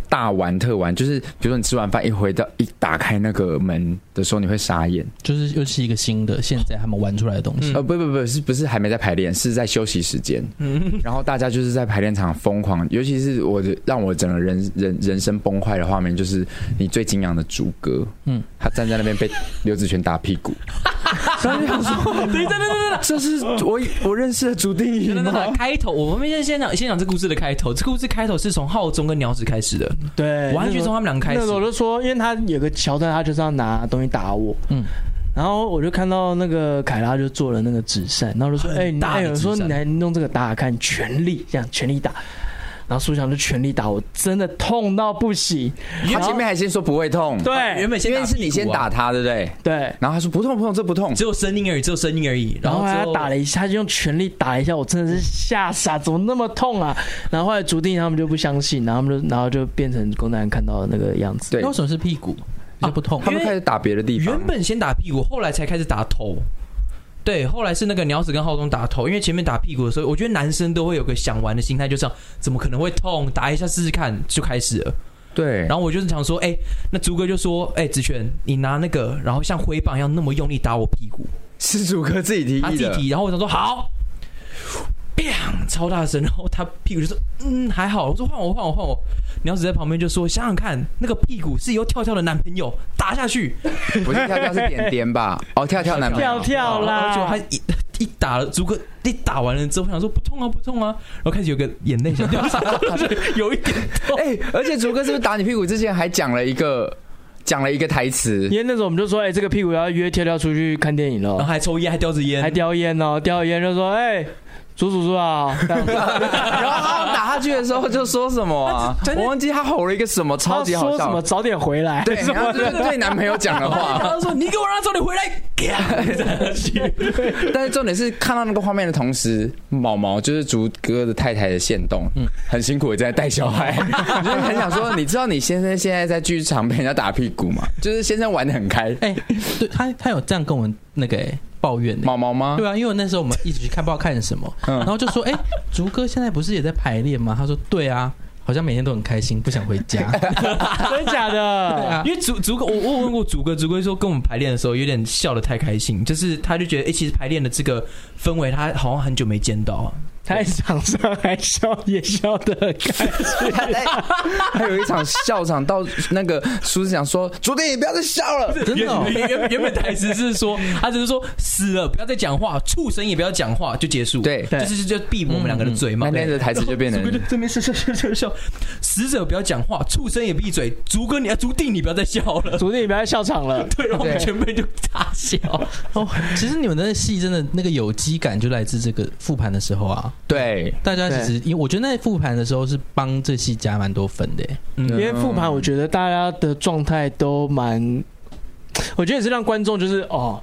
[SPEAKER 4] 大玩特玩，就是比如说你吃完饭一回到一打开那个门的时候，你会傻眼。
[SPEAKER 3] 就是又是一个新的，现在他们玩出来的东西。
[SPEAKER 2] 嗯
[SPEAKER 4] 呃，不不不，是不是还没在排练，是在休息时间。
[SPEAKER 2] 嗯
[SPEAKER 4] 然后大家就是在排练场疯狂，尤其是我的让我整个人人人生崩坏的画面，就是你最敬仰的朱哥，
[SPEAKER 3] 嗯
[SPEAKER 4] 嗯，他站在那边被刘子璇打屁股。所以我 说，
[SPEAKER 2] 等一下，等一下，
[SPEAKER 4] 这是我我认识的朱定宇
[SPEAKER 2] 等一下等一
[SPEAKER 4] 吗
[SPEAKER 2] 下，？开头我们先先讲先讲这故事的开头。这故事开头是从浩中跟鸟子开始的，
[SPEAKER 1] 对，那
[SPEAKER 2] 完
[SPEAKER 1] 时
[SPEAKER 2] 全
[SPEAKER 1] 候
[SPEAKER 2] 从他们两个开
[SPEAKER 1] 那
[SPEAKER 2] 始
[SPEAKER 1] 时。候我就说，因为他有个桥段，他就是要拿东西打我，嗯
[SPEAKER 3] 嗯，
[SPEAKER 1] 然后我就看到那个凯拉就做了那个纸扇，然后我就说，哎、你
[SPEAKER 2] 大的
[SPEAKER 1] 哎，我说
[SPEAKER 2] 纸
[SPEAKER 1] 你
[SPEAKER 2] 扇
[SPEAKER 1] 来弄这个打打看，全力这样全力打，然后苏翔就全力打我，真的痛到不行，
[SPEAKER 4] 他
[SPEAKER 1] 然后
[SPEAKER 4] 前面还先说不会
[SPEAKER 2] 啊
[SPEAKER 4] 痛，
[SPEAKER 1] 对
[SPEAKER 2] 原本先
[SPEAKER 4] 因
[SPEAKER 2] 打
[SPEAKER 4] 为是你
[SPEAKER 2] 屁
[SPEAKER 4] 先
[SPEAKER 2] 股啊
[SPEAKER 4] 打，他，对不对？
[SPEAKER 1] 对。
[SPEAKER 4] 然后他说不痛不痛，这不痛。
[SPEAKER 2] 只有声音而已，只有声音而已。
[SPEAKER 1] 然后
[SPEAKER 2] 后
[SPEAKER 1] 他
[SPEAKER 2] 之
[SPEAKER 1] 打了一下，他就用全力打了一下，我真的是吓傻，怎么那么痛啊？然后后来竹定他们就不相信，然后他们就然后就变成工男看到的那个样子。
[SPEAKER 4] 对啊
[SPEAKER 3] 那为，什么是屁股？就不痛
[SPEAKER 4] 他。们
[SPEAKER 2] 因为
[SPEAKER 4] 开始打别的地方
[SPEAKER 2] 原。本先打屁股，后来才开始打头。对，后来是那个鸟子跟浩中打头，因为前面打屁股的时候，我觉得男生都会有个想玩的心态，就这样，怎么可能会痛？打一下试试看就开始了。
[SPEAKER 4] 对，
[SPEAKER 2] 然后我就是想说，哎、那朱哥就说，哎、子权，你拿那个，然后像挥棒一样那么用力打我屁股，
[SPEAKER 4] 是主哥自己提
[SPEAKER 2] 他自
[SPEAKER 4] 议
[SPEAKER 2] 己
[SPEAKER 4] 的。
[SPEAKER 2] 提，然后我想说好，砰，超大声，然后他屁股就说，嗯，还好，我说换我换我换我，鸟子在旁边就说，想想看，那个屁股是由跳跳的男朋友打下去，
[SPEAKER 4] 不是跳跳是点 点吧？哦，跳跳男朋
[SPEAKER 2] 啊
[SPEAKER 1] 跳
[SPEAKER 4] 友。
[SPEAKER 1] 跳啦，
[SPEAKER 2] 然后就他一一打了，朱哥一打完了之后，我想说不痛啊不痛啊，然后开始有个眼泪想掉下来，就是 有一点痛。
[SPEAKER 4] 哎，而且竹哥是不是打你屁股之前还讲了一个讲了一个台 词
[SPEAKER 1] 因？为那时候我们就说，哎、这个屁股要约跳跳出去看电影
[SPEAKER 2] 然后
[SPEAKER 1] 了，
[SPEAKER 2] 还抽烟，还叼着烟，
[SPEAKER 1] 还叼烟哦，叼烟就说，哎、叔叔叔啊，这样
[SPEAKER 4] 然后他打下去的时候就说什么啊？我忘记他吼了一个什么，超级好
[SPEAKER 1] 他说什么
[SPEAKER 4] 笑。
[SPEAKER 1] 早点回来，
[SPEAKER 4] 对，然后就是对男朋友讲 的
[SPEAKER 2] 然后
[SPEAKER 4] 话，
[SPEAKER 2] 他说：“你给我让他早点回来。啪打下去
[SPEAKER 4] 但是重点是看到那个画面的同时，毛毛就是竹哥的太太的线动，很辛苦地在带小孩，就是很想说，你知道你先生现在在剧场被人家打屁股吗？就是先生玩的很开，
[SPEAKER 3] 哎、对他，他有这样跟我那个、哎抱怨、的。
[SPEAKER 4] 毛毛吗？嗯
[SPEAKER 3] 对啊，因为那时候我们一起去看，不知道看什么，然后就说，哎、竹哥现在不是也在排练吗？他说，对啊。好像每天都很开心，不想回 家。
[SPEAKER 1] 真的假
[SPEAKER 3] 对
[SPEAKER 1] 的？
[SPEAKER 3] 啊
[SPEAKER 2] 因为祖祖哥，我我有问过祖哥，祖哥说跟我们排练的时候有点笑得太开心，就是他就觉得，哎、其实排练的这个氛围，他好像很久没见到。
[SPEAKER 1] 他在场上还笑，也笑得很开心。
[SPEAKER 4] 还有一场笑场到那个苏志祥说：“朱棣，你不要再笑了。”
[SPEAKER 3] 真的哦、
[SPEAKER 2] 原原原本台词是说，他只是说死了，不要再讲话，畜生也不要讲话，就结束。
[SPEAKER 4] 对嗯
[SPEAKER 2] 就是就闭我们两个的嘴嘛。
[SPEAKER 4] 那
[SPEAKER 2] 对
[SPEAKER 4] 天的台词就 变成
[SPEAKER 2] 然后祖哥就这边笑笑笑笑笑，死者不要讲话，畜生也闭嘴。竹哥你要竹弟你不要再笑了，
[SPEAKER 1] 昨天你不要再笑场了，
[SPEAKER 2] 对，然后我们
[SPEAKER 4] 对
[SPEAKER 2] 全部人就大笑。
[SPEAKER 3] 哦，其实你们的戏真的那个有机感就来自这个复盘的时候啊，
[SPEAKER 4] 对，
[SPEAKER 3] 大家其实因为我觉得那复盘的时候是帮这戏加蛮多分的耶，欸
[SPEAKER 1] 因
[SPEAKER 2] 嗯，
[SPEAKER 1] 为复盘，我觉得大家的状态都蛮，我觉得也是让观众就是哦，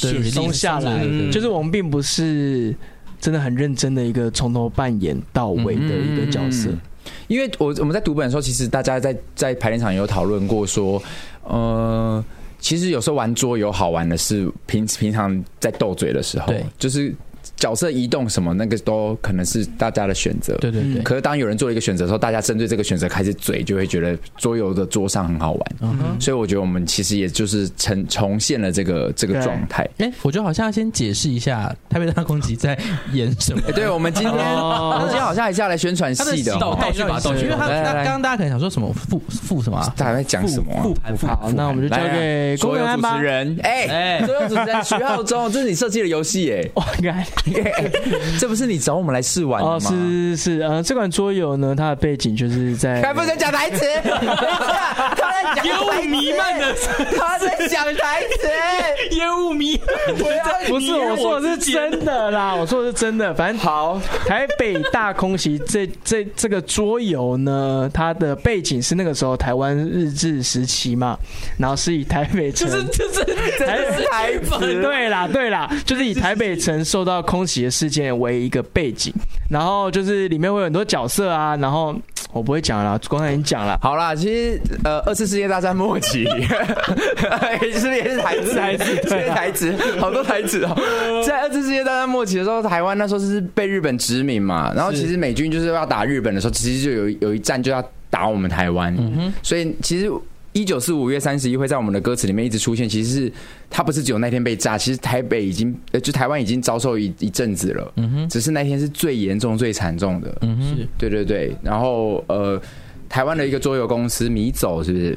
[SPEAKER 3] 对
[SPEAKER 1] 松
[SPEAKER 3] release
[SPEAKER 1] 下来
[SPEAKER 3] 对对对
[SPEAKER 1] 就是我们并不是真的很认真的一个从头扮演到尾的一个角色。
[SPEAKER 4] 嗯因为我我们在读本的时候，其实大家在在排练场也有讨论过说，呃，其实有时候玩桌游好玩的是平平常在斗嘴的时候
[SPEAKER 3] 对，
[SPEAKER 4] 就是角色移动什么那个都可能是大家的选择。
[SPEAKER 3] 对对对，
[SPEAKER 4] 可是当有人做了一个选择的时候，大家针对这个选择开始嘴，就会觉得桌游的桌上很好玩。
[SPEAKER 3] 嗯哼。
[SPEAKER 4] 所以我觉得我们其实也就是重重现了这个这个
[SPEAKER 1] 对
[SPEAKER 4] 状态。
[SPEAKER 3] 哎、我觉得好像要先解释一下《台北大攻击》在演什么
[SPEAKER 4] 哎、。对，我们今 天、
[SPEAKER 1] 哦
[SPEAKER 4] 我们今天好像还是要来宣传
[SPEAKER 3] 他的
[SPEAKER 4] 戏的
[SPEAKER 3] 戏
[SPEAKER 4] 哦，
[SPEAKER 2] 道具吧道具
[SPEAKER 3] 因为他
[SPEAKER 4] 来来
[SPEAKER 3] 他
[SPEAKER 4] 来
[SPEAKER 3] 刚刚大家可能想说什么复复什么啊、
[SPEAKER 4] 大家在讲什么、啊？
[SPEAKER 2] 复盘复盘
[SPEAKER 1] 好，那我们就交给
[SPEAKER 4] 啊所
[SPEAKER 1] 郭
[SPEAKER 4] 有
[SPEAKER 1] 德安
[SPEAKER 4] 主
[SPEAKER 1] 吧
[SPEAKER 4] 持。人，哎、
[SPEAKER 2] 哎
[SPEAKER 4] 所有主持人徐浩中，这是你设计的游戏哎
[SPEAKER 1] 哇，看，
[SPEAKER 4] 哎， 这不是你找我们来试玩的吗？
[SPEAKER 1] 哦，是是是，呃，这款桌游呢，它的背景就是在
[SPEAKER 4] 还不能讲台词，等一下他在讲
[SPEAKER 2] 烟
[SPEAKER 4] 台
[SPEAKER 2] 雾
[SPEAKER 4] 词
[SPEAKER 2] 弥漫的，
[SPEAKER 4] 他在讲台词，
[SPEAKER 2] 烟雾弥漫的，
[SPEAKER 1] 不是我说的
[SPEAKER 2] 自
[SPEAKER 1] 是
[SPEAKER 2] 己
[SPEAKER 1] 真的啦， 我说的是真的。反正好，台北大空袭 这这这个桌游呢，它的背景是那个时候台湾日治时期嘛，然后是以台北城
[SPEAKER 2] 就是就是真的是台本
[SPEAKER 1] 对啦，对啦，就是以台北城受到空袭的事件为一个背景，然后就是里面会有很多角色啊，然后我不会讲了啦，刚才已经讲了。
[SPEAKER 4] 好啦，其实呃，二次世界大战末期， 是不是 也是台词？
[SPEAKER 1] 台词
[SPEAKER 4] 这
[SPEAKER 1] 对啊
[SPEAKER 4] 些台词，好多台词哦、在二次世界大战末期的时候，台湾那时候是被日本殖民嘛，然后其实美军就是要打日本的时候，其实就有有一战就要打我们台湾，所以其实。一九四五月三十一会在我们的歌词里面一直出现，其实是它不是只有那天被炸，其实台北已经呃，就台湾已经遭受一一阵子了，嗯哼，只是那天是最严重、最惨重的，嗯
[SPEAKER 3] 哼，
[SPEAKER 4] 对对对，然后呃，台湾的一个桌游公司米走是不是？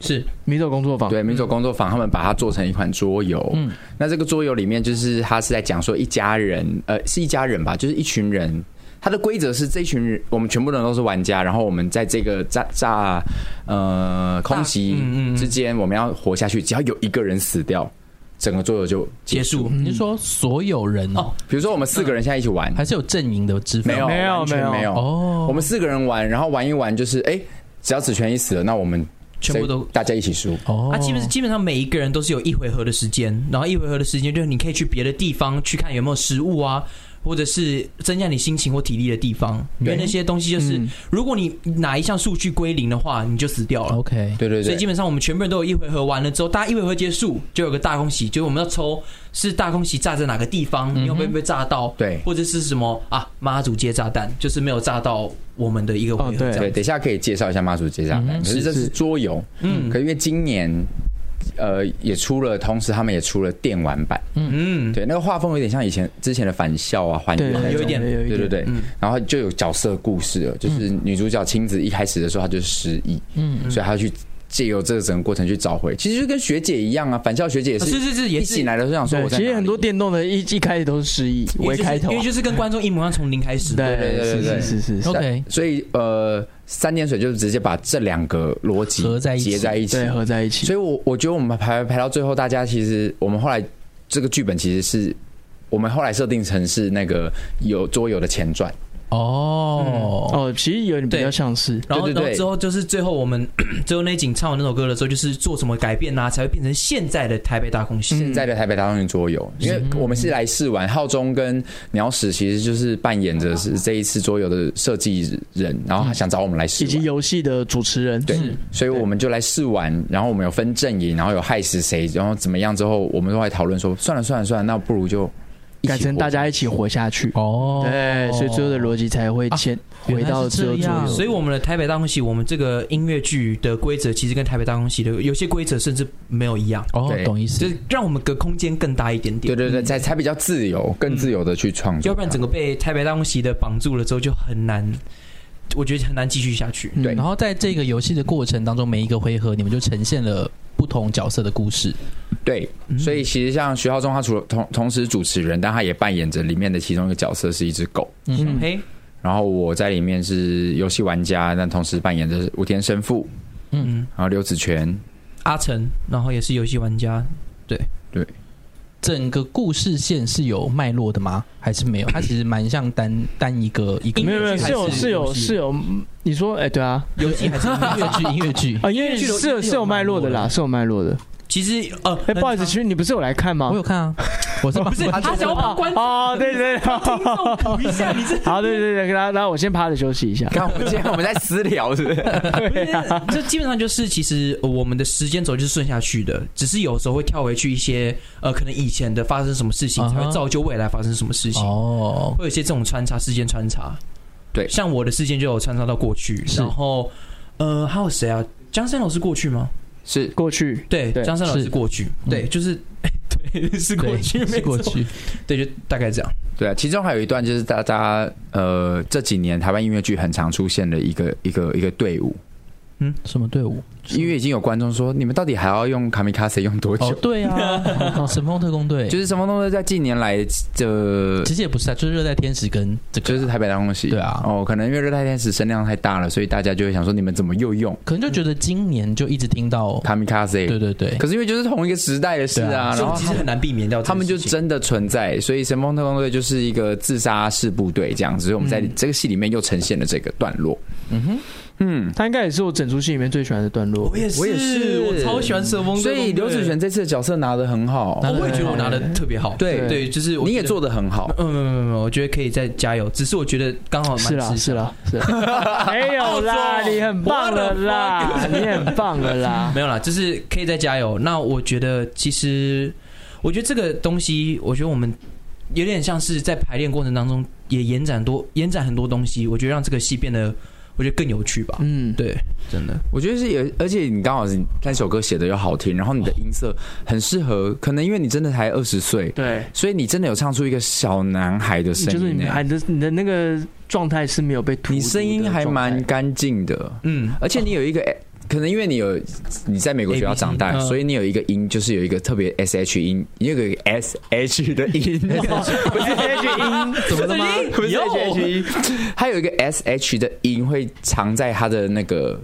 [SPEAKER 2] 是
[SPEAKER 1] 米走工作
[SPEAKER 2] 哦
[SPEAKER 1] 坊，
[SPEAKER 2] 嗯
[SPEAKER 4] 对，米走工作坊，他们把它做成一款桌游。嗯，那这个桌游里面就是它是在讲说一家人，呃，是一家人吧，就是一群人。它的规则是这一群人，我们全部人都是玩家，然后我们在这个炸炸呃空袭
[SPEAKER 2] 嗯嗯嗯
[SPEAKER 4] 之间，我们要活下去。只要有一个人死掉，整个桌游就
[SPEAKER 2] 结。束。
[SPEAKER 3] 你是说所有人哦，
[SPEAKER 2] 哦
[SPEAKER 4] 比如说我们四个人现在一起玩，
[SPEAKER 3] 还是有阵营的之分？
[SPEAKER 4] 没有
[SPEAKER 1] 没有
[SPEAKER 4] 完全
[SPEAKER 1] 没有
[SPEAKER 4] 没有
[SPEAKER 3] 哦
[SPEAKER 4] 我们四个人玩，然后玩一玩就是哎、只要子权一死了，那我们
[SPEAKER 2] 全部都
[SPEAKER 4] 谁大家一起输。
[SPEAKER 3] 哦，
[SPEAKER 2] 啊，基本基本上每一个人都是有一回合的时间，然后一回合的时间就是你可以去别的地方去看有没有食物啊，或者是增加你心情或体力的地方，因为那些东西就是，如果你哪一项数据归零的话，你就死掉了。
[SPEAKER 3] OK，
[SPEAKER 4] 对对
[SPEAKER 2] 所
[SPEAKER 4] 对
[SPEAKER 2] 以，基本上我们全部人都有一回合完了之后，大家一回合结束就有个大空袭，就是我们要抽是大空袭炸在哪个地方，你有没有被炸到？
[SPEAKER 4] 对
[SPEAKER 2] 或者是什么啊？妈祖接炸弹，就是没有炸到我们的一个回合
[SPEAKER 1] 哦
[SPEAKER 2] 这
[SPEAKER 1] 对
[SPEAKER 2] 样子。
[SPEAKER 4] 对，等一下可以介绍一下妈祖街炸弹，可是这是桌游，嗯，可是因为今年。呃，也出了，同时他们也出了电玩版，
[SPEAKER 2] 嗯，
[SPEAKER 4] 对，那个画风有点像以前之前的返校啊、还
[SPEAKER 1] 对
[SPEAKER 4] 原那种，
[SPEAKER 2] 有一点嗯
[SPEAKER 1] 有一
[SPEAKER 4] 对对
[SPEAKER 1] 点，
[SPEAKER 4] 对，然后就有角色故事了，就是女主角亲子一开始的时候她就是失忆，嗯，所以她要去借由这个整个过程去找回，其实就跟学姐一样啊，返校学姐也是，
[SPEAKER 2] 是是是也
[SPEAKER 4] 一
[SPEAKER 2] 是
[SPEAKER 4] 醒来的时候想说我在
[SPEAKER 1] 其实
[SPEAKER 4] 哪
[SPEAKER 1] 很多
[SPEAKER 4] 里
[SPEAKER 1] 电动的一一开始都是失忆，
[SPEAKER 2] 因为
[SPEAKER 1] 为
[SPEAKER 2] 就是
[SPEAKER 1] 开头啊，
[SPEAKER 2] 因为就是跟观众一模一样，从零开始。
[SPEAKER 1] 对
[SPEAKER 4] 对对
[SPEAKER 1] 是
[SPEAKER 4] 对对
[SPEAKER 1] 是是是是，
[SPEAKER 3] OK，
[SPEAKER 4] 所以呃，三点水就是直接把这两个逻辑
[SPEAKER 3] 合在一起
[SPEAKER 4] 结在一起，
[SPEAKER 1] 对，合在一起
[SPEAKER 4] 所。以我我觉得我们排排到最后，大家其实我们后来这个剧本其实是我们后来设定成是那个有桌游的前传，
[SPEAKER 3] 哦，
[SPEAKER 1] 哦，其实有点比较像是，
[SPEAKER 2] 然后，
[SPEAKER 4] 对对对
[SPEAKER 2] 然后之后就是最后我们 最后那一景唱完那首歌的时候，就是做什么改变啊，才会变成现在的台北大空袭。
[SPEAKER 4] 现在的台北大众桌游，因为我们是来试玩，浩中跟鸟屎其实就是扮演着是这一次桌游的设计人，然后他想找我们来试
[SPEAKER 1] 以及
[SPEAKER 4] 玩。
[SPEAKER 1] 游戏的主持人，嗯
[SPEAKER 4] 对，所以我们就来试玩，然后我们有分阵营，然后有害死谁，然后怎么样之后，我们都来讨论说，算了算了算了，那不如就
[SPEAKER 1] 改成大家一起活下去。
[SPEAKER 3] 哦，
[SPEAKER 1] 对，所以最后的逻辑才会牵
[SPEAKER 3] 原来
[SPEAKER 1] 回到
[SPEAKER 3] 是
[SPEAKER 1] 最后
[SPEAKER 3] 这
[SPEAKER 1] 作
[SPEAKER 3] 样
[SPEAKER 1] 用。
[SPEAKER 2] 啊所以我们的台北大空袭，我们这个音乐剧的规则其实跟台北大空袭的有些规则甚至没有一样，
[SPEAKER 3] 哦，
[SPEAKER 4] 对
[SPEAKER 3] 懂意
[SPEAKER 2] 就
[SPEAKER 3] 思。
[SPEAKER 2] 是让我们的空间更大一点点。
[SPEAKER 4] 对对对，才才比较自由，更自由的去创作它。
[SPEAKER 2] 要不然整个被台北大空袭的绑住了之后，就很难，我觉得很难继续下去。
[SPEAKER 4] 对
[SPEAKER 3] 嗯然后在这个游戏的过程当中，每一个回合你们就呈现了不同角色的故事。
[SPEAKER 4] 对，
[SPEAKER 2] 嗯
[SPEAKER 4] 所以其实像徐浩中，他除了同同时主持人，但他也扮演着里面的其中一个角色是一只狗。
[SPEAKER 2] 嗯，嘿，
[SPEAKER 4] 然后我在里面是游戏玩家，但同时扮演着武田胜富，
[SPEAKER 2] 嗯，
[SPEAKER 4] 然后刘子 权，
[SPEAKER 2] 阿成，然后也是游戏玩家，
[SPEAKER 3] 整个故事线是有脉络的吗？还是没有？它其实蛮像单单一个一个
[SPEAKER 1] 没有没有，
[SPEAKER 3] 剧
[SPEAKER 1] 是有
[SPEAKER 3] 还
[SPEAKER 1] 是有
[SPEAKER 3] 游戏
[SPEAKER 1] 是有，你说哎，对啊，
[SPEAKER 2] 游戏还是
[SPEAKER 3] 音乐剧音乐 剧。
[SPEAKER 1] 啊，因为
[SPEAKER 2] 因为剧有
[SPEAKER 1] 是有是有脉络的啦，是有脉络的。
[SPEAKER 2] 其实呃，
[SPEAKER 1] 哎，不好意思，
[SPEAKER 2] 很
[SPEAKER 1] 其实你不是有来看吗
[SPEAKER 3] 我？有看啊，我是不
[SPEAKER 2] 是他想要把观众
[SPEAKER 1] 哦，对对对，
[SPEAKER 2] 补一下，你这
[SPEAKER 1] 好，对对对，给他，然后我先趴着休息一下。
[SPEAKER 4] 看我们今天我们在私聊是不是？
[SPEAKER 2] 这基本上就是，其实呃我们的时间轴就是顺下去的，只是有时候会跳回去一些呃，可能以前的发生什么事情，
[SPEAKER 3] 啊哈
[SPEAKER 2] 才会造就未来发生什么事情，
[SPEAKER 3] 哦，
[SPEAKER 2] 会有一些这种穿插，时间穿插。
[SPEAKER 4] 对
[SPEAKER 2] 像我的事件就有穿插到过去，
[SPEAKER 3] 是
[SPEAKER 2] 然后呃，还有谁啊？江山老师过去吗？
[SPEAKER 4] 是
[SPEAKER 1] 过去，
[SPEAKER 2] 对，
[SPEAKER 1] 对
[SPEAKER 2] 江山老师
[SPEAKER 3] 是
[SPEAKER 2] 过去，对，就是 对，是过
[SPEAKER 3] 对
[SPEAKER 2] 去，没
[SPEAKER 3] 是 过
[SPEAKER 2] 错，
[SPEAKER 3] 去，
[SPEAKER 2] 对，就大概这样。
[SPEAKER 4] 对啊，其中还有一段就是大家呃这几年台湾音乐剧很常出现的一个一个一个队伍，
[SPEAKER 3] 什么队伍？
[SPEAKER 4] 因为已经有观众说你们到底还要用卡米卡塞用多久？
[SPEAKER 3] 哦，对 啊，神风特工队，
[SPEAKER 4] 就是什么东西在近年来的，
[SPEAKER 3] 其实也不是啊，就是热带天使跟这个，
[SPEAKER 4] 就是台北大空袭。
[SPEAKER 3] 对啊
[SPEAKER 4] 哦，可能因为热带天使声量太大了，所以大家就会想说你们怎么又用
[SPEAKER 3] 可能就觉得今年就一直听到，
[SPEAKER 4] 卡米卡塞？
[SPEAKER 3] 哦对对对，
[SPEAKER 4] 可是因为就是同一个时代的事
[SPEAKER 3] 对
[SPEAKER 4] 啊，
[SPEAKER 2] 所以
[SPEAKER 4] 然
[SPEAKER 2] 我
[SPEAKER 4] 后
[SPEAKER 2] 其实很难避免掉这
[SPEAKER 4] 他
[SPEAKER 2] 件
[SPEAKER 4] 们就
[SPEAKER 2] 事情，
[SPEAKER 4] 真的存在，所以神风特工队就是一个自杀式部队这样子。所以我
[SPEAKER 3] 嗯
[SPEAKER 4] 们在这个戏里面又呈现了这个段落。嗯
[SPEAKER 1] 他应该也是我整出戏里面最喜欢的段落
[SPEAKER 2] 我。也是，
[SPEAKER 4] 我
[SPEAKER 2] 我
[SPEAKER 4] 也是
[SPEAKER 2] 超喜欢蛇风特工
[SPEAKER 4] 哼，所
[SPEAKER 2] 队，
[SPEAKER 4] 以刘子璇这次的角色拿得很好，
[SPEAKER 3] 拿得
[SPEAKER 2] 我也觉得我拿的特别好，
[SPEAKER 4] 对
[SPEAKER 2] 对，就是我
[SPEAKER 4] 你也
[SPEAKER 2] 觉得
[SPEAKER 4] 做得很好。
[SPEAKER 2] 嗯，没有没有没有，我觉得可以再加油。只是我觉得刚好蛮
[SPEAKER 1] 是啦，
[SPEAKER 2] 吃
[SPEAKER 1] 是
[SPEAKER 2] 香，
[SPEAKER 1] 啦，是啦， 没有啦，
[SPEAKER 2] 澳洲
[SPEAKER 1] 你很棒了啦，
[SPEAKER 2] What the
[SPEAKER 1] 你很棒了 啦。
[SPEAKER 2] 没有啦，就是可以再加油。那我觉得其实，我觉得这个东西，我觉得我们有点像是在排练过程当中也延展多延展很多东西，我觉得让这个戏变得我觉得更有趣吧。
[SPEAKER 1] 嗯，
[SPEAKER 2] 对，真的，
[SPEAKER 4] 我觉得是有，而且你刚好是那首歌写的又好听，然后你的音色很适合，可能因为你真的才二十岁，
[SPEAKER 1] 对，
[SPEAKER 4] 所以你真的有唱出一个小男孩的声
[SPEAKER 1] 就是
[SPEAKER 4] 音
[SPEAKER 1] 你还
[SPEAKER 4] 呢。
[SPEAKER 1] 你的你的那个状态是没有被荼毒的
[SPEAKER 4] 你声音还蛮
[SPEAKER 1] 状态
[SPEAKER 4] 干净的，
[SPEAKER 2] 嗯，
[SPEAKER 4] 而且你有一个，可能因为你有你在美国学校长大，
[SPEAKER 2] ABC 嗯
[SPEAKER 4] 所以你有一个音，就是有一个特别 S H 音，你有一个 S H 的 音，不是
[SPEAKER 2] 嗯
[SPEAKER 4] H 音，怎么了吗？不 是 S H E 音，它有一个 S H 的音会藏在它的那个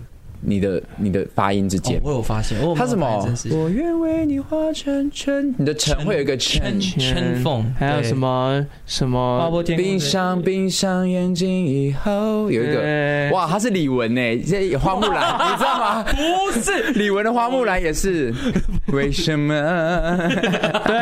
[SPEAKER 4] 你的你的发音之
[SPEAKER 2] 哦
[SPEAKER 4] 间。
[SPEAKER 2] 我有发现，我有
[SPEAKER 4] 它什么
[SPEAKER 2] 发现这件事？情
[SPEAKER 4] 我愿为你化成尘，你的尘会有一个尘
[SPEAKER 2] 圈。圈缝，
[SPEAKER 1] 还有
[SPEAKER 2] 对啊
[SPEAKER 1] 什？么什
[SPEAKER 2] 花
[SPEAKER 1] 么？
[SPEAKER 2] 波天空
[SPEAKER 4] 闭上闭上眼睛以后，有一个
[SPEAKER 1] 对
[SPEAKER 4] 哇，他是李玟呢，这也花木兰， 你知道吗？
[SPEAKER 2] 不是
[SPEAKER 4] 李玟的花木兰也是， 为什么？
[SPEAKER 1] 对，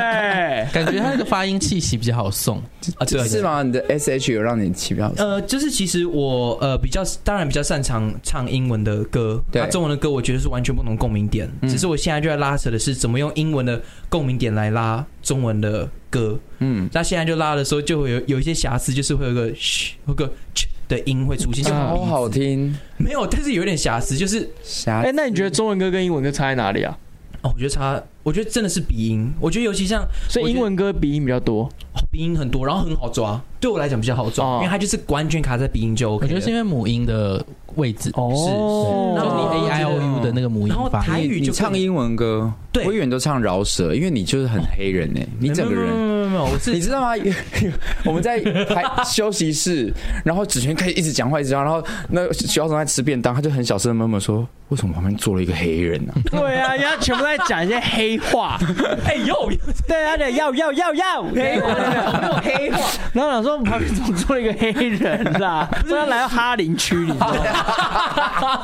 [SPEAKER 3] 感觉他那个发音气息比较好送，
[SPEAKER 2] 啊，对，
[SPEAKER 4] 是吗？你的 S H 有让你起标？
[SPEAKER 2] 呃，就是其实我呃比较当然比较擅长唱英文的歌，
[SPEAKER 4] 对
[SPEAKER 2] 那中文的歌我觉得是完全不同共鸣点，
[SPEAKER 4] 嗯
[SPEAKER 2] 只是我现在就在拉扯的是怎么用英文的共鸣点来拉中文的歌。
[SPEAKER 4] 嗯，
[SPEAKER 2] 那现在就拉的时候就会有有一些瑕疵，就是会有个嘘，有个嘘的音会出现，像
[SPEAKER 4] 啊好好听。
[SPEAKER 2] 没有，但是有点瑕疵，就是
[SPEAKER 4] 啥
[SPEAKER 1] 哎，？那你觉得中文歌跟英文歌差在哪里啊？
[SPEAKER 2] 哦，我觉得差，我觉得真的是鼻音，我觉得尤其像
[SPEAKER 1] 所以英文歌鼻音比较多，
[SPEAKER 2] 哦鼻音很多，然后很好抓，对我来讲比较好抓，
[SPEAKER 1] 哦
[SPEAKER 2] 因为它就是完全卡在鼻音 就
[SPEAKER 3] 我
[SPEAKER 2] OK
[SPEAKER 3] 觉得
[SPEAKER 2] 了
[SPEAKER 3] 是因为母音的位置，
[SPEAKER 1] 哦
[SPEAKER 2] 是
[SPEAKER 3] 就是是你 A
[SPEAKER 2] 的
[SPEAKER 3] I O U 的那个母音
[SPEAKER 2] 然后
[SPEAKER 3] 发
[SPEAKER 2] 台
[SPEAKER 3] 音。
[SPEAKER 2] 语
[SPEAKER 4] 你
[SPEAKER 2] 就
[SPEAKER 4] 唱
[SPEAKER 2] 更
[SPEAKER 4] 英文歌，
[SPEAKER 2] 对
[SPEAKER 4] 我以为你都唱饶舌，因为你就是很黑人呢，欸你整个
[SPEAKER 2] 没有
[SPEAKER 4] 人。
[SPEAKER 2] 没有没有没有，我是
[SPEAKER 4] 你知道吗？ 我们在还休息室，然后子璇可以一直讲话，一直讲，然后那徐校长在吃便当，他就很小声的默默说：“为什么旁边坐了一个黑人 呢、
[SPEAKER 1] 对啊，人家全部在讲一些黑话，
[SPEAKER 2] 哎呦，
[SPEAKER 1] 对啊，对，要要要要，黑话，没有黑话。然后我想说，我们旁边怎么坐了一个黑人 啦？不然来到哈林区，你知道吗？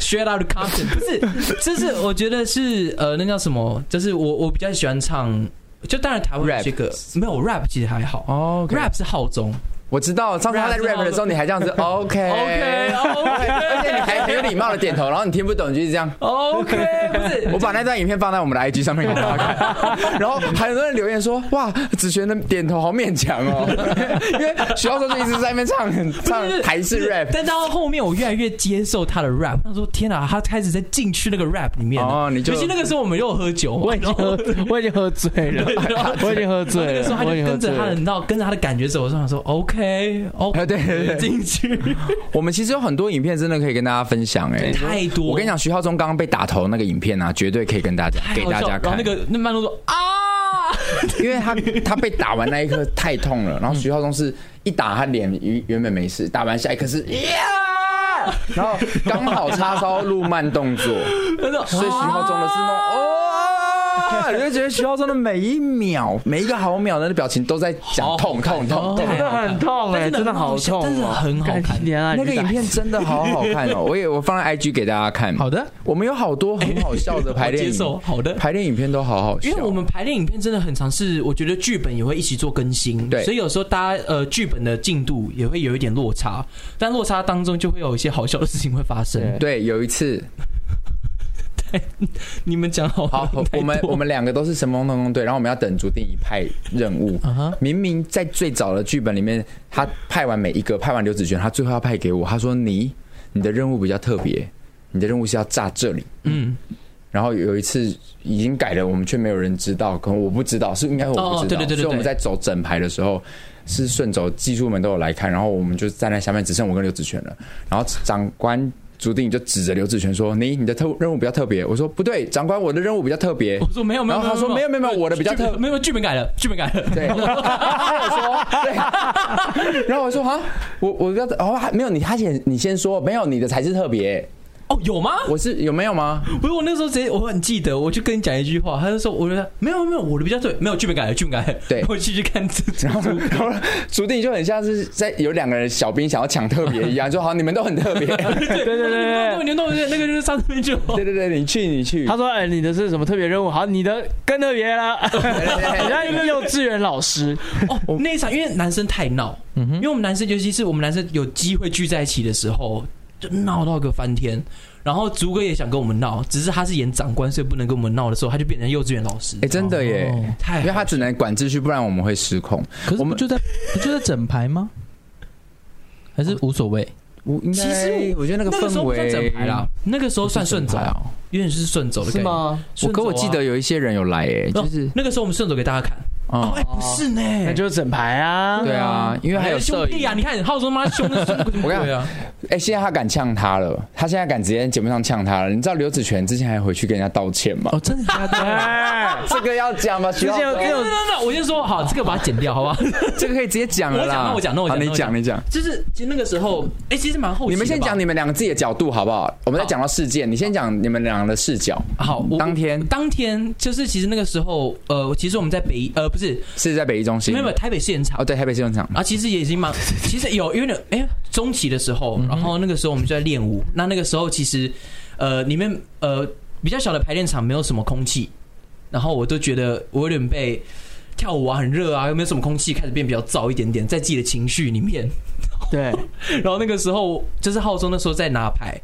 [SPEAKER 2] Straight out of Compton，不 是，就是我觉得是呃，那叫什么？就是我我比较喜欢唱，就当然台湾有
[SPEAKER 4] Rap
[SPEAKER 2] 些歌没有 rap，其实还好、
[SPEAKER 4] 哦
[SPEAKER 2] r a p 是好中，
[SPEAKER 4] 我知道，上次他在
[SPEAKER 2] rap
[SPEAKER 4] rap 的时候，你还这样子 OK 哎
[SPEAKER 2] OK
[SPEAKER 4] 而
[SPEAKER 2] OK
[SPEAKER 4] 且你还很有礼貌的点头，然后你听不懂，你就是这样。
[SPEAKER 2] OK，不是
[SPEAKER 4] 我把那段影片放在我们的 IG 上面给大家 看，然后还有很多人留言说：“哇，子璇的点头好勉强 哦。”因为徐教授就一直在那边唱
[SPEAKER 2] 不是
[SPEAKER 4] 唱台式 rap。
[SPEAKER 2] 但到后面我越来越接受他的 rap，他说天啊哪，他开始在进去那个 rap 里面了
[SPEAKER 4] 哦你就
[SPEAKER 2] 尤其那个时候我们又有喝酒，
[SPEAKER 1] 我已经喝，我已经喝醉了， 我已经喝
[SPEAKER 2] 然后
[SPEAKER 1] 醉
[SPEAKER 2] 那个时
[SPEAKER 1] 了
[SPEAKER 2] 候，他就
[SPEAKER 1] 我已经喝
[SPEAKER 2] 跟
[SPEAKER 1] 醉
[SPEAKER 2] 着他的，
[SPEAKER 1] 了
[SPEAKER 2] 你。知道，跟着他的感觉走，我就想说 OK
[SPEAKER 4] 哎
[SPEAKER 2] OK，
[SPEAKER 4] 对对对
[SPEAKER 2] 进去
[SPEAKER 4] 我们其实有很多影片真的可以跟大家分享哎、
[SPEAKER 2] 太多，
[SPEAKER 4] 我跟你讲，徐浩中刚刚被打头那个影片啊，绝对可以跟大家
[SPEAKER 2] 太
[SPEAKER 4] 给
[SPEAKER 2] 好
[SPEAKER 4] 大
[SPEAKER 2] 笑
[SPEAKER 4] 家
[SPEAKER 2] 了然后那，
[SPEAKER 4] 看
[SPEAKER 2] 个那曼璐说啊，
[SPEAKER 4] 因为他他被打完那一刻太痛
[SPEAKER 2] 嗯
[SPEAKER 4] 了，然后徐浩中是一打他脸原原本没事，打完下一刻是呀，然后刚好叉烧录慢动作，
[SPEAKER 2] 他说
[SPEAKER 4] 所以徐浩中的是那种哦，你就觉得徐浩中的每一秒每一个毫秒的表情都在讲
[SPEAKER 2] 哦好
[SPEAKER 4] 痛痛痛痛
[SPEAKER 1] 真。的很痛哎、
[SPEAKER 2] 但
[SPEAKER 1] 真
[SPEAKER 2] 真
[SPEAKER 1] 的
[SPEAKER 2] 的
[SPEAKER 1] 好
[SPEAKER 2] 好
[SPEAKER 1] 痛、
[SPEAKER 2] 痛
[SPEAKER 1] 哦，
[SPEAKER 2] 哦干
[SPEAKER 1] 恋爱
[SPEAKER 4] 那个影片真的好好看 哦，我也我放在 IG 给大家看。
[SPEAKER 3] 好的，
[SPEAKER 4] 我们有好多很好笑的排练
[SPEAKER 2] 接
[SPEAKER 4] 影
[SPEAKER 2] 受好的。
[SPEAKER 4] 排练影片都好好 笑，
[SPEAKER 2] 因为我们排练影片真的很长，是我觉得剧本也会一起做更新，
[SPEAKER 4] 对
[SPEAKER 2] 所以有时候大家呃剧本的进度也会有一点落差，但落差当中就会有一些好笑的事情会发生。
[SPEAKER 1] 对
[SPEAKER 4] 对有一次，
[SPEAKER 2] 你们讲好了，
[SPEAKER 4] 好
[SPEAKER 2] 太多，
[SPEAKER 4] 我们我们两个都是神风特工队，然后我们要等竹定一派任务。
[SPEAKER 3] 啊哈，
[SPEAKER 4] 明明在最早的剧本里面，他派完每一个，派完刘子璇，他最后要派给我，他说你你的任务比较特别，你的任务是要炸这里。
[SPEAKER 2] 嗯，
[SPEAKER 4] 然后有一次已经改了，我们却没有人知道，可能我不知道，是应该我不知道。
[SPEAKER 2] 哦哦对对对对对
[SPEAKER 4] 所以我们在走整排的时候，是顺走技术们都有来看，然后我们就站在下面，只剩我跟刘子璇了。然后长官朱定就指着刘子璇说：“你你的特任务比较特别。”我说：“不对，长官，我的任务比较特别
[SPEAKER 2] 我。说没有没有，
[SPEAKER 4] 然后他说哦没有没有没有我的比较
[SPEAKER 2] 剧本
[SPEAKER 4] 特
[SPEAKER 2] 没有剧本改了，剧本改”了，
[SPEAKER 4] 对，然后我说对，然后我说啊，我我要哦，还没有你，他先你先说，没有你的才是特别，
[SPEAKER 2] 哦有吗？
[SPEAKER 4] 我是有没有吗？
[SPEAKER 2] 不是我那时候直接我很记得，我就跟你讲一句话，他就说我觉得没有没有我的比较对，没有剧本改了，剧本改了，
[SPEAKER 4] 对
[SPEAKER 2] 我继续看这
[SPEAKER 4] 然 后，然后竹定就很像是在有两个人小兵想要抢特别 一样，说好你们都很特别，
[SPEAKER 2] 对对对对，你弄对那个就是上次那句话
[SPEAKER 4] 对，对对，你去你去
[SPEAKER 1] 他。说：“哎、你的是什么特别任务？好，你的更特别了，
[SPEAKER 4] 对对对
[SPEAKER 1] 人家幼稚园老师，
[SPEAKER 2] 哦，那一场因为男生太闹，
[SPEAKER 4] 嗯
[SPEAKER 2] 因为我们男生尤其是我们男生有机会聚在一起的时候，就闹到个翻天。然后竹哥也想跟我们闹，只是他是演长官，所以不能跟我们闹的时候，他就变成幼稚园老师。
[SPEAKER 4] 哎，真的耶，
[SPEAKER 3] 哦
[SPEAKER 2] 太
[SPEAKER 4] 因为他只能管秩序，不然我们会失控。
[SPEAKER 3] 可是不
[SPEAKER 4] 我 们
[SPEAKER 3] 就在不就在整排吗？还是无所谓？
[SPEAKER 4] 我应该
[SPEAKER 2] 其实
[SPEAKER 4] 我觉得那
[SPEAKER 2] 那
[SPEAKER 4] 个
[SPEAKER 2] 个时
[SPEAKER 4] 氛
[SPEAKER 2] 候不算
[SPEAKER 4] 围
[SPEAKER 2] 整排啦，那个时候算顺走啊
[SPEAKER 4] 不是整排，哦
[SPEAKER 2] 有点是顺走的
[SPEAKER 1] 是
[SPEAKER 2] 概念。
[SPEAKER 1] 吗？
[SPEAKER 4] 我
[SPEAKER 2] 顺走
[SPEAKER 4] 可
[SPEAKER 2] 啊
[SPEAKER 4] 我记得有一些人有来，哎，就是
[SPEAKER 2] 哦那个时候我们顺走给大家看。哦，
[SPEAKER 4] 嗯，
[SPEAKER 2] 哎，不是呢，
[SPEAKER 1] 那就是整排啊。
[SPEAKER 4] 对啊，因为还有
[SPEAKER 2] 兄
[SPEAKER 4] 摄
[SPEAKER 2] 弟
[SPEAKER 4] 影
[SPEAKER 2] 啊！。你看浩说妈凶的凶
[SPEAKER 4] 我跟你
[SPEAKER 2] 对啊，
[SPEAKER 4] 哎，现在他敢呛他了，他现在敢直接在节目上呛他了。你知道刘子权之前还回去跟人家道歉吗
[SPEAKER 3] 哦，？真的假的？
[SPEAKER 1] 哎，
[SPEAKER 4] 这个要讲吗？
[SPEAKER 1] 之
[SPEAKER 4] 徐
[SPEAKER 1] 前有
[SPEAKER 4] 浩
[SPEAKER 1] 跟
[SPEAKER 2] 那
[SPEAKER 1] 我
[SPEAKER 2] 那那我先说好，这个把它剪掉，好不好？
[SPEAKER 4] 这个可以直接讲了啦。
[SPEAKER 2] 我讲那我
[SPEAKER 4] 好
[SPEAKER 2] 讲那我讲那
[SPEAKER 4] 你
[SPEAKER 2] 我
[SPEAKER 4] 讲
[SPEAKER 2] 讲
[SPEAKER 4] 你讲。
[SPEAKER 2] 就是其实那个时候，哎，其实蛮后期的吧。
[SPEAKER 4] 你们先讲你们两个自己的角度好不好？我们再讲到事件，你先讲你们两个的视角。
[SPEAKER 2] 好，我
[SPEAKER 4] 当天
[SPEAKER 2] 当天就是其实那个时候，呃，其实我们在北一呃不是
[SPEAKER 4] 是在北一中心，
[SPEAKER 2] 没有没有台北市演场
[SPEAKER 4] 哦，对，台北市 用场。
[SPEAKER 2] 啊，其实也已经蛮，其实有因为哎、中期的时候，然后那个时候我们就在练舞，那那个时候其实呃里面呃比较小的排练场没有什么空气，然后我都觉得我有点被跳舞啊很热啊，又没有什么空气，开始变比较燥一点点，在自己的情绪里面，
[SPEAKER 1] 对，
[SPEAKER 2] 然后那个时候就是浩中那时候在拿牌，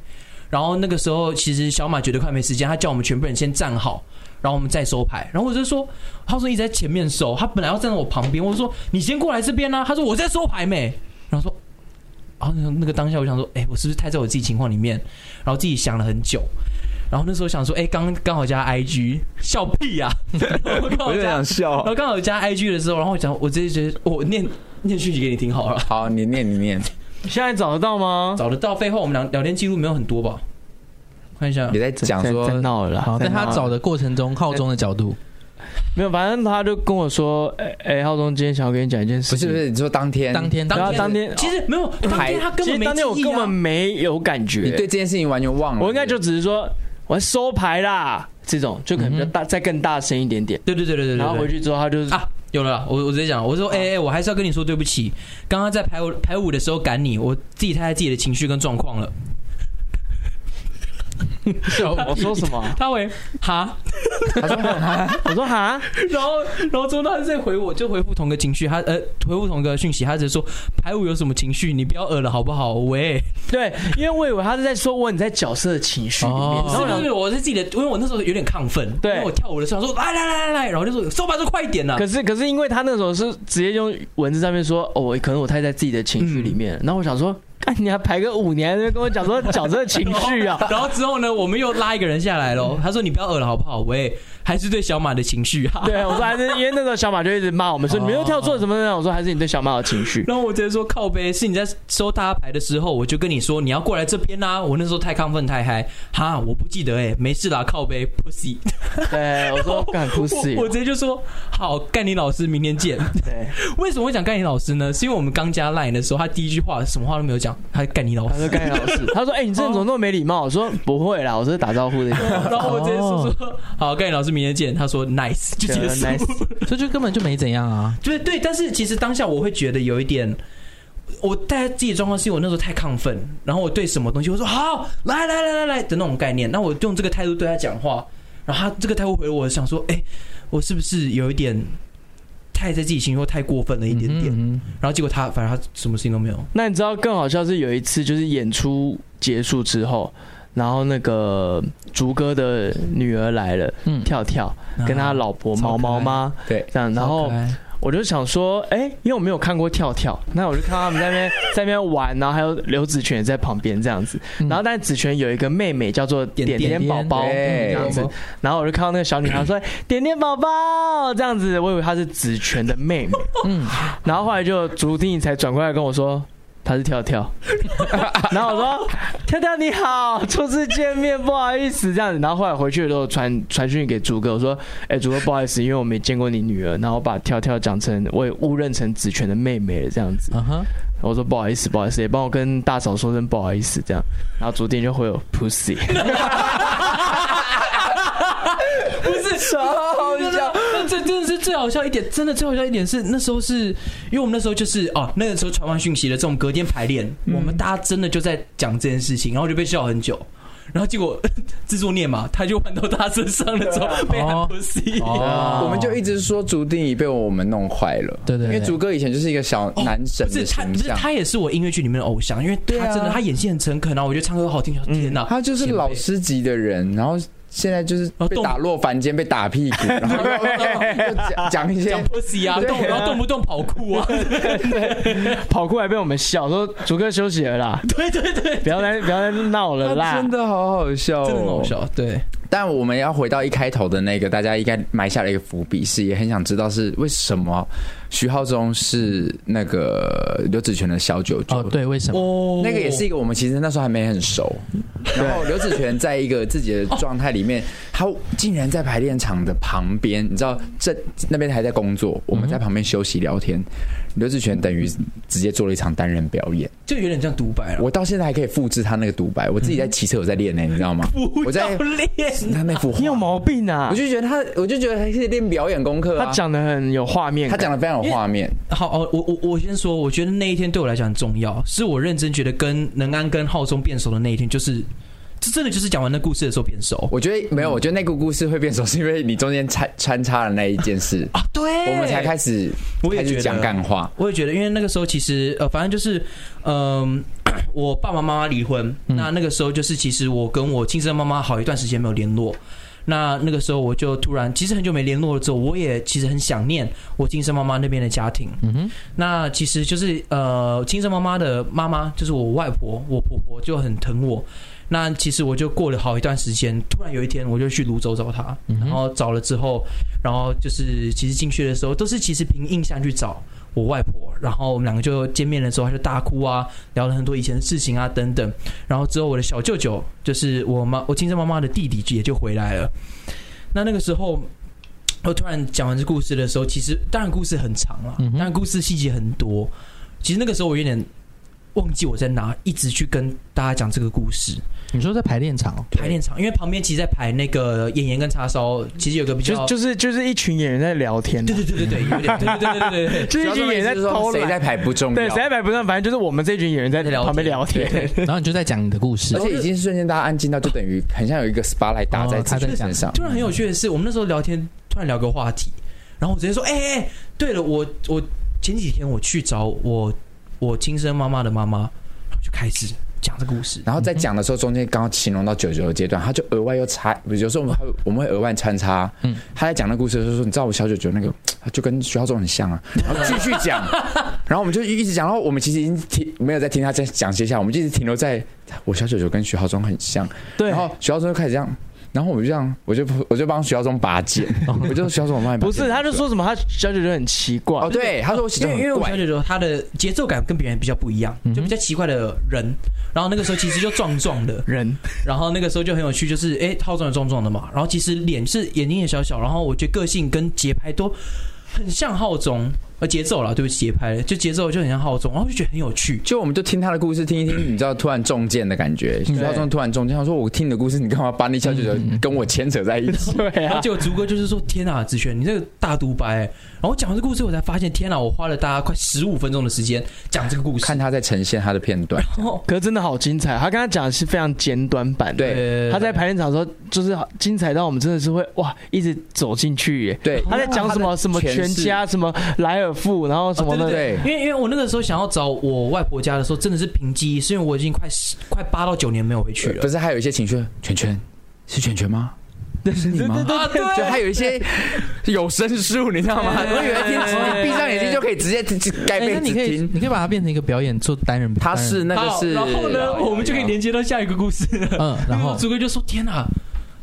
[SPEAKER 2] 然后那个时候其实小马觉得快没时间，他叫我们全部人先站好，然后我们再收牌。然后我就说，浩中一直在前面收，他本来要站在我旁边，我就说你先过来这边啦、啊他说我在收牌没，然后说。然后那个当下，我想说，哎、我是不是太在我自己情况里面？然后自己想了很久，然后那时候想说，哎、刚刚好加 IG，笑屁呀、我刚好加，然
[SPEAKER 4] 笑。
[SPEAKER 2] 后刚好加 IG 的时候，然后我讲，我直接觉得我念念讯息给你听好了。
[SPEAKER 4] 好，你念你念，
[SPEAKER 1] 现在找得到吗？
[SPEAKER 2] 找得到废话，我们聊聊天记录没有很多吧？看一下
[SPEAKER 4] 你，在讲
[SPEAKER 1] 在在
[SPEAKER 4] 说
[SPEAKER 1] 闹了啦。
[SPEAKER 3] 好，
[SPEAKER 1] 在
[SPEAKER 3] 在
[SPEAKER 1] 闹
[SPEAKER 3] 他
[SPEAKER 1] 了
[SPEAKER 3] 找的过程中，浩中的角度，
[SPEAKER 1] 没有，反正他就跟我说，哎、哎，浩东今天想要跟你讲一件事
[SPEAKER 4] 不
[SPEAKER 1] 情，
[SPEAKER 4] 是不，是，你说当天
[SPEAKER 3] 当天
[SPEAKER 1] 然后当
[SPEAKER 2] 当
[SPEAKER 1] 天
[SPEAKER 2] 其实没有，当天他根
[SPEAKER 1] 其
[SPEAKER 2] 本
[SPEAKER 1] 实
[SPEAKER 2] 没
[SPEAKER 1] 当天我
[SPEAKER 2] 记忆
[SPEAKER 1] 根
[SPEAKER 2] 啊
[SPEAKER 1] 本没有感觉，
[SPEAKER 4] 你对这件事情完全忘了。
[SPEAKER 1] 我应该就只是说我要收牌啦，这种就可能比较大，再更大声一点点。
[SPEAKER 2] 对对对对嗯对，
[SPEAKER 1] 然后回
[SPEAKER 2] 去
[SPEAKER 1] 去之后，他就是
[SPEAKER 2] 啊，有了啦，我我直接讲，我说哎哎、我还是要跟你说对不起，刚刚在排舞排舞的时候赶你，我自己太在自己的情绪跟状况了。
[SPEAKER 3] 是哦
[SPEAKER 1] 我说什么？
[SPEAKER 2] 他回哈，
[SPEAKER 4] 他说 哈
[SPEAKER 1] 我说哈，
[SPEAKER 2] 然后然后之后他再回我，就回复同个情绪，他呃回复同个讯息，他只是说排舞有什么情绪，你不要呃了好不好？喂，
[SPEAKER 1] 对，因为我以为他是在说我你在角色的情绪里面，
[SPEAKER 3] 哦
[SPEAKER 1] 然后我想
[SPEAKER 2] 是不是我是自己的，因为我那时候有点亢奋，
[SPEAKER 1] 对
[SPEAKER 2] 因为我跳舞的时候想说来来来来来，然后就说手把手快一点呐、
[SPEAKER 1] 可是可是因为他那时候是直接用文字上面说，哦，我可能我太在自己的情绪里面，然后我想说，干你还排个舞，你还在那边跟我讲说角色情绪啊？ 嗯
[SPEAKER 2] 然后之后呢，我们又拉一个人下来喽。他说：“你不要饿了，好不好？”喂，还是对小马的情绪啊哈、
[SPEAKER 1] 对，我说还是因为那时候小马就一直骂我们说你们又跳错什么什么，我说还是你对小马有情绪。
[SPEAKER 2] 然后我直接说：“靠呗，是你在收大家牌的时候，我就跟你说你要过来这边啦、我那时候太亢奋太嗨，哈，我不记得哎、没事啦，靠呗，pussy。
[SPEAKER 1] 对，我 说干 pussy，
[SPEAKER 2] 我我直接就说：“好，盖你老师，明天见。
[SPEAKER 1] 对，”
[SPEAKER 2] 为什么会讲盖你老师呢？是因为我们刚加 line 的时候，他第一句话什么话都没有讲，他盖你老
[SPEAKER 1] 他
[SPEAKER 2] 师。
[SPEAKER 1] 说干你老师，他说哎、你这人怎么那么没礼貌？我说不会啦，我是打招呼的。
[SPEAKER 2] 然后我直接说说：“ 好，盖你老师，明天见。”他说：“nice，就 结束。”
[SPEAKER 1] nice
[SPEAKER 3] 所以就根本就没怎样啊。
[SPEAKER 2] 对对，但是其实当下我会觉得有一点，我大家自己的状况是因为我那时候太亢奋，然后我对什么东西我说好来来来来来的那种概念，那我用这个态度对他讲话，然后他这个态度回我想说，哎，我是不是有一点太在自己心中太过分了一点点？
[SPEAKER 3] 嗯
[SPEAKER 2] 然后结果他反正他什么事情都没有，
[SPEAKER 1] 那你知道更好笑是有一次就是演出结束之后，然后那个竹哥的女儿来了，
[SPEAKER 3] 嗯
[SPEAKER 1] 跳跳跟他老婆毛毛妈
[SPEAKER 4] 对，
[SPEAKER 1] 这样，然后
[SPEAKER 2] 超可爱
[SPEAKER 1] 我就想说，哎、因为我没有看过跳跳，那我就看他们在那边 在那边玩，然后还有刘子璇也在旁边这样子，
[SPEAKER 3] 嗯
[SPEAKER 1] 然后但是子璇有一个妹妹叫做点
[SPEAKER 2] 点
[SPEAKER 1] 点宝宝
[SPEAKER 4] 点
[SPEAKER 1] 这
[SPEAKER 4] 点
[SPEAKER 1] 样子，然后我就看到那个小女孩说 点点宝宝这样子，我以为她是子璇的妹妹，
[SPEAKER 3] 嗯，
[SPEAKER 1] 然后后来就竹丁才转过来跟我说。她是跳 跳，然后我说跳跳你好，初次见面不好意思这样子，然后后来回去的时候传传讯给竹哥，我说哎、竹哥不好意思，因为我没见过你女儿，然后我把跳跳讲成我也误认成子璇的妹妹了这样子，
[SPEAKER 3] 啊哈，
[SPEAKER 1] 我说不好意思不好意思，也帮我跟大嫂说声不好意思这样，然后竹丁就会有 pussy，
[SPEAKER 2] 不是
[SPEAKER 1] 超好笑，
[SPEAKER 2] 那这真的是最好笑一点，真的最好笑一点是那时候是因为我们那时候就是哦，那个时候传完讯息了，这种隔天排练，我们大家真的就在讲这件事情，然后就被笑很久。然后结果制作念嘛，他就换到他身上了，之后被喊
[SPEAKER 3] 哦
[SPEAKER 2] pussy。
[SPEAKER 3] 哦
[SPEAKER 4] 我们就一直说竹定仪被我们弄坏了，
[SPEAKER 3] 对对对
[SPEAKER 4] 因为竹哥以前就是一个小
[SPEAKER 2] 哦
[SPEAKER 4] 男神
[SPEAKER 2] 不是
[SPEAKER 4] 的
[SPEAKER 2] 他，
[SPEAKER 4] 形
[SPEAKER 2] 不是
[SPEAKER 4] 象，
[SPEAKER 2] 他也是我音乐剧里面的偶像，因为
[SPEAKER 4] 对
[SPEAKER 2] 他
[SPEAKER 4] 啊
[SPEAKER 2] 真的他演戏很诚恳啊，然后我觉得唱歌好听，想说 天哪，
[SPEAKER 4] 他就是老师级的人，然后现在就是
[SPEAKER 2] 后哦
[SPEAKER 4] 被
[SPEAKER 2] 动
[SPEAKER 4] 打落凡间，被打屁股，然后又又讲讲一些
[SPEAKER 2] 讲 pussy 啊，
[SPEAKER 4] 对啊
[SPEAKER 2] 动然后动不动跑酷 啊，
[SPEAKER 1] 跑过来被我们笑说竹哥休息了 啦，
[SPEAKER 2] 对对对，
[SPEAKER 1] 不要再不要再闹了
[SPEAKER 4] 他
[SPEAKER 1] 啦
[SPEAKER 4] 真，的好好笑、哦，
[SPEAKER 2] 真的很好。笑，对，
[SPEAKER 4] 但我们要回到一开头的那个，大家应该埋下了一个伏笔，是也很想知道是为什么徐浩中是那个刘子权的小九九。
[SPEAKER 3] 哦，对，为什么？
[SPEAKER 2] 哦
[SPEAKER 4] 那个也是一个我们其实那时候还没很熟，然后刘子权在一个自己的状态里面，他竟然在排练场的旁边，你知道这那边还在工作，我们在旁边休息聊天。刘子权等于直接做了一场单人表演，
[SPEAKER 2] 就有点像独白了，
[SPEAKER 4] 我到现在还可以复制他那个独白，我自己在骑车有在练呢，你知道吗？我在
[SPEAKER 2] 不要脸
[SPEAKER 4] 他那幅画
[SPEAKER 1] 你有毛病啊
[SPEAKER 4] 我！就觉得他，我就觉得他是练表演功课啊。
[SPEAKER 1] 他讲的很有画面
[SPEAKER 4] 他
[SPEAKER 1] 感，
[SPEAKER 4] 讲的非常有画面，
[SPEAKER 2] 好哦，我我我先说，我觉得那一天对我来讲很重要，是我认真觉得跟能安跟浩中变熟的那一天，就是这真的就是讲完那故事的时候变熟
[SPEAKER 4] 我觉得没有，我觉得那个故事会变熟，是因为你中间掺穿插了那一件 事，
[SPEAKER 1] 哎
[SPEAKER 2] 啊，对，
[SPEAKER 4] 我们才开始
[SPEAKER 2] 我也
[SPEAKER 4] 开
[SPEAKER 2] 觉
[SPEAKER 4] 始
[SPEAKER 2] 得
[SPEAKER 4] 讲干话。
[SPEAKER 2] 我也觉得，因为那个时候其实呃，反正就是嗯、 我爸爸妈妈离婚，
[SPEAKER 3] 嗯
[SPEAKER 2] 那那个时候就是其实我跟我亲生妈妈好一段时间没有联络。那那个时候我就突然，其实很久没联络了之后，我也其实很想念我亲生妈妈那边的家庭。
[SPEAKER 3] 嗯哼，
[SPEAKER 2] 那其实就是呃，亲生妈妈的妈妈，就是我外婆，我婆婆就很疼我。那其实我就过了好一段时间，突然有一天我就去泸州找她，
[SPEAKER 3] 嗯哼
[SPEAKER 2] 然后找了之后，然后就是其实进去的时候都是其实凭印象去找我外婆，然后我们两个就见面的时候，她就大哭啊，聊了很多以前的事情啊等等。然后之后我的小舅舅，就是我妈我亲生妈妈的弟弟也就回来了。那那个时候。我突然讲完这故事的时候，其实当然故事很长了，
[SPEAKER 3] 嗯哼
[SPEAKER 2] 当然故事细节很多。其实那个时候我有点忘记我在哪，一直去跟大家讲这个故事。
[SPEAKER 3] 你说在排练场哦，
[SPEAKER 2] 排练场，因为旁边其实在排那个演员跟叉烧，其实有个比较
[SPEAKER 1] 就就是就是一群演员在聊天啊，
[SPEAKER 2] 对对对对对，有 点对对对对对对。
[SPEAKER 1] 就是一群演员在偷
[SPEAKER 4] 谁在
[SPEAKER 1] 懒。
[SPEAKER 4] 排不重要，
[SPEAKER 1] 对，谁在排不算，反正就是我们这群演员在
[SPEAKER 2] 在聊天
[SPEAKER 1] 旁边聊天。
[SPEAKER 3] 然后你就在讲你的故事
[SPEAKER 4] 而，且已经瞬间大家安静到，就等于很像有一个 spotlight 打在自己身上。
[SPEAKER 2] 突然很有趣的是，我们那时候聊天，突然聊个话题，然后我直接说：“哎、哎、哎对了，我我前几天我去找我我亲生妈妈的妈妈，然后就开始讲这个故事。
[SPEAKER 4] 然后在讲的时候，中间刚刚形容到九九的阶段，他就额外又插，有时候我们还会我们会额外穿插。嗯，他在讲那故事的时候说：“你知道我小九九那个，就跟徐浩中很像啊。”然后继续讲，然后我们就一直讲，然后我们其实已经停没有在听他在讲接下来，我们就一直停留在我小九九跟徐浩中很像。
[SPEAKER 1] 对
[SPEAKER 4] 然，后徐浩中就开始这样，然后我们就这样，我就我就帮徐浩中拔剑，我就说徐浩中我帮你拔
[SPEAKER 1] 不
[SPEAKER 4] 剑。
[SPEAKER 1] 是，他就说什么他小姐姐很奇怪
[SPEAKER 4] 哦，，对，他说我小
[SPEAKER 2] 因
[SPEAKER 4] 九
[SPEAKER 2] 为因为
[SPEAKER 4] 九
[SPEAKER 2] 我
[SPEAKER 4] 怪
[SPEAKER 2] 小，姐说她的节奏感跟别人比较不一样，就比较奇怪的人。然后那个时候其实就壮壮的，
[SPEAKER 1] 人
[SPEAKER 2] 然后那个时候就很有趣，就是哎，套装也壮壮的嘛，然后其实脸是眼睛也小小，然后我觉得个性跟节拍都很像浩中，呃，节奏啦，对不起，节拍就节奏就很像浩中，然后就觉得很有 趣。
[SPEAKER 4] 就我们就听他的故事，听一听，你知道突然中箭的感觉，
[SPEAKER 2] 嗯
[SPEAKER 4] 徐浩中突然中箭，他说我听你的故事，你干嘛把你小九九跟我牵扯在一 起？
[SPEAKER 1] 对
[SPEAKER 2] 然
[SPEAKER 1] 啊
[SPEAKER 2] 后，结果竹哥就是说：“天啊，子轩，你这个大独白、然后我讲完这故事，我才发现，天啊，我花了大家快十五分钟的时间讲这个故事。
[SPEAKER 4] 看他在呈现他的片段，
[SPEAKER 2] 然后，
[SPEAKER 1] 可是真的好精彩。他刚刚讲的是非常简短版的，
[SPEAKER 4] 对
[SPEAKER 2] 呃
[SPEAKER 1] 他在排练场的时候，就是精彩到我们真的是会哇，一直走进去耶。
[SPEAKER 4] 对
[SPEAKER 1] 他在讲什么什么全家什么莱尔富，然后什么的，
[SPEAKER 4] 哦对
[SPEAKER 2] 因，为因为我那个时候想要找我外婆家的时候，真的是凭记忆，是因为我已经快十快八到九年没有回去了
[SPEAKER 4] 不。是还有一些情绪，圈圈是圈圈吗？是你吗？
[SPEAKER 2] 啊， 对，
[SPEAKER 4] 就还有一些有声书，你知道吗？
[SPEAKER 2] 对
[SPEAKER 4] 我以为在听，你闭上眼睛就可以直接盖
[SPEAKER 3] 哎
[SPEAKER 4] 被
[SPEAKER 3] 那
[SPEAKER 4] 子
[SPEAKER 3] 你可以
[SPEAKER 4] 听。
[SPEAKER 3] 你可以把它变成一个表演，做单人。
[SPEAKER 4] 他
[SPEAKER 3] 单人
[SPEAKER 4] 是那个
[SPEAKER 2] 好
[SPEAKER 4] 是，
[SPEAKER 2] 然后呢，我们就可以连接到下一个故事了。
[SPEAKER 3] 嗯，然
[SPEAKER 4] 哦
[SPEAKER 3] 后
[SPEAKER 2] 朱哥就说：“天啊，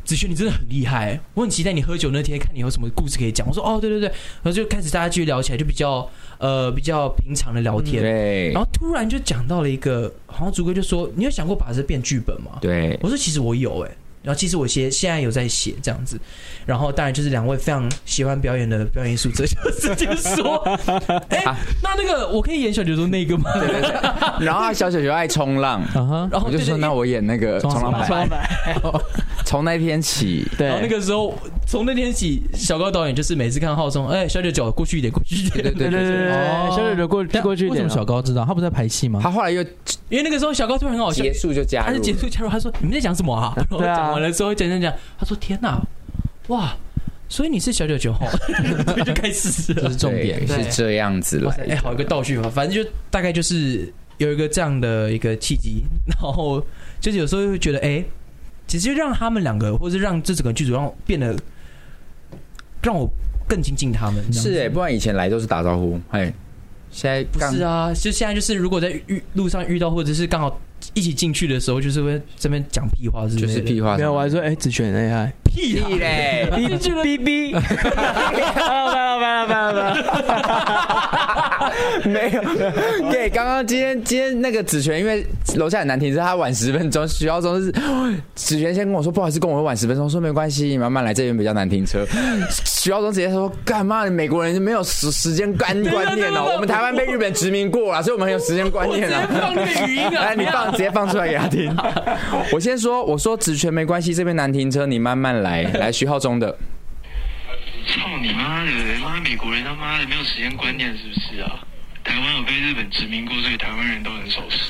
[SPEAKER 2] 子轩你真的很厉害，我很期待你喝酒那天，看你有什么故事可以讲。”我说：“哦，对对对。”然后就开始大家继续聊起来，就比较呃比较平常的聊天。
[SPEAKER 4] 对
[SPEAKER 2] 然后突然就讲到了一个，好像朱哥就说：“你有想过把这变剧本吗？”
[SPEAKER 4] 对，
[SPEAKER 2] 我说：“其实我有哎、然后其实我写现在有在写这样子，然后当然就是两位非常喜欢表演的表演艺术者就直接 说，哎、那那个我可以演小九州那个吗？
[SPEAKER 4] 然后他小九九爱冲浪，
[SPEAKER 3] 嗯哼，
[SPEAKER 2] 然后
[SPEAKER 4] 我
[SPEAKER 2] 哦
[SPEAKER 4] 就
[SPEAKER 2] 对对
[SPEAKER 4] 说
[SPEAKER 2] 对
[SPEAKER 4] 那我演那个冲浪
[SPEAKER 1] 冲
[SPEAKER 4] 牌，
[SPEAKER 1] 浪板，
[SPEAKER 4] 从那天起，
[SPEAKER 1] 对，
[SPEAKER 2] 然后那个时候，从那天起，小高导演就是每次看浩中，哎、小九九过去一点，过去一点。
[SPEAKER 1] 对对对对
[SPEAKER 3] 哦
[SPEAKER 1] 对，小姐姐过
[SPEAKER 3] 但
[SPEAKER 1] 过去一
[SPEAKER 3] 为什
[SPEAKER 1] 点啊，
[SPEAKER 3] 么小高知道？他不是在排戏吗
[SPEAKER 4] 他？后来又
[SPEAKER 2] 因为那个时候小高突然很好笑
[SPEAKER 4] 结，束就加
[SPEAKER 2] 他哦是
[SPEAKER 4] 入
[SPEAKER 2] 结束加入，他说你们在讲什么啊？然后
[SPEAKER 1] 对啊
[SPEAKER 2] 讲完了之后讲讲讲，他说天哪，哇，所以你是小九九吼，就开始
[SPEAKER 3] 这
[SPEAKER 2] 了
[SPEAKER 3] 是。重点。
[SPEAKER 4] 对是这样子
[SPEAKER 2] 哇
[SPEAKER 4] 了
[SPEAKER 2] 塞，。哎、好一个倒叙法，反正就大概就是有一个这样的一个契机，然后就是有时候会觉得，哎、其实让他们两个，或是让这整个剧组让我变得让我更亲近他们，这样子
[SPEAKER 4] 是哎，不然以前来都是打招呼，哎，现在
[SPEAKER 2] 不
[SPEAKER 4] 刚
[SPEAKER 2] 是啊，就现在就是，如果在遇路上遇到，或者是刚好一起进去的时候，就是会这边讲屁话之类
[SPEAKER 4] 就
[SPEAKER 2] 的，
[SPEAKER 4] 是屁话，
[SPEAKER 1] 没有，我还说哎，子璇很厉害，
[SPEAKER 2] 屁啊
[SPEAKER 4] 屁嘞，
[SPEAKER 1] 哔哔哔， 拜拜拜拜拜拜，
[SPEAKER 4] 没有。对，刚刚今天今天那个子璇，因为楼下很难听，是他晚十分钟，徐耀中是子璇先跟我说不好意思，跟我晚十分钟，我说没关系，你慢慢来，这边比较难停 车。徐耀中直接说干嘛？美国人没有时时间观观念哦，我们台湾被日本殖民过啊了，所以我们很有时间观念啊。
[SPEAKER 2] 放那个语音 啊，
[SPEAKER 4] 来，你放直接放出来给 他听。我先说，我说职权没关系，这边难停车，你慢慢来。来，徐浩中的，
[SPEAKER 5] 操你妈的！妈美国人他妈的没有时间观念是不是啊？台湾有被日本殖民过，所以台湾人都很守时。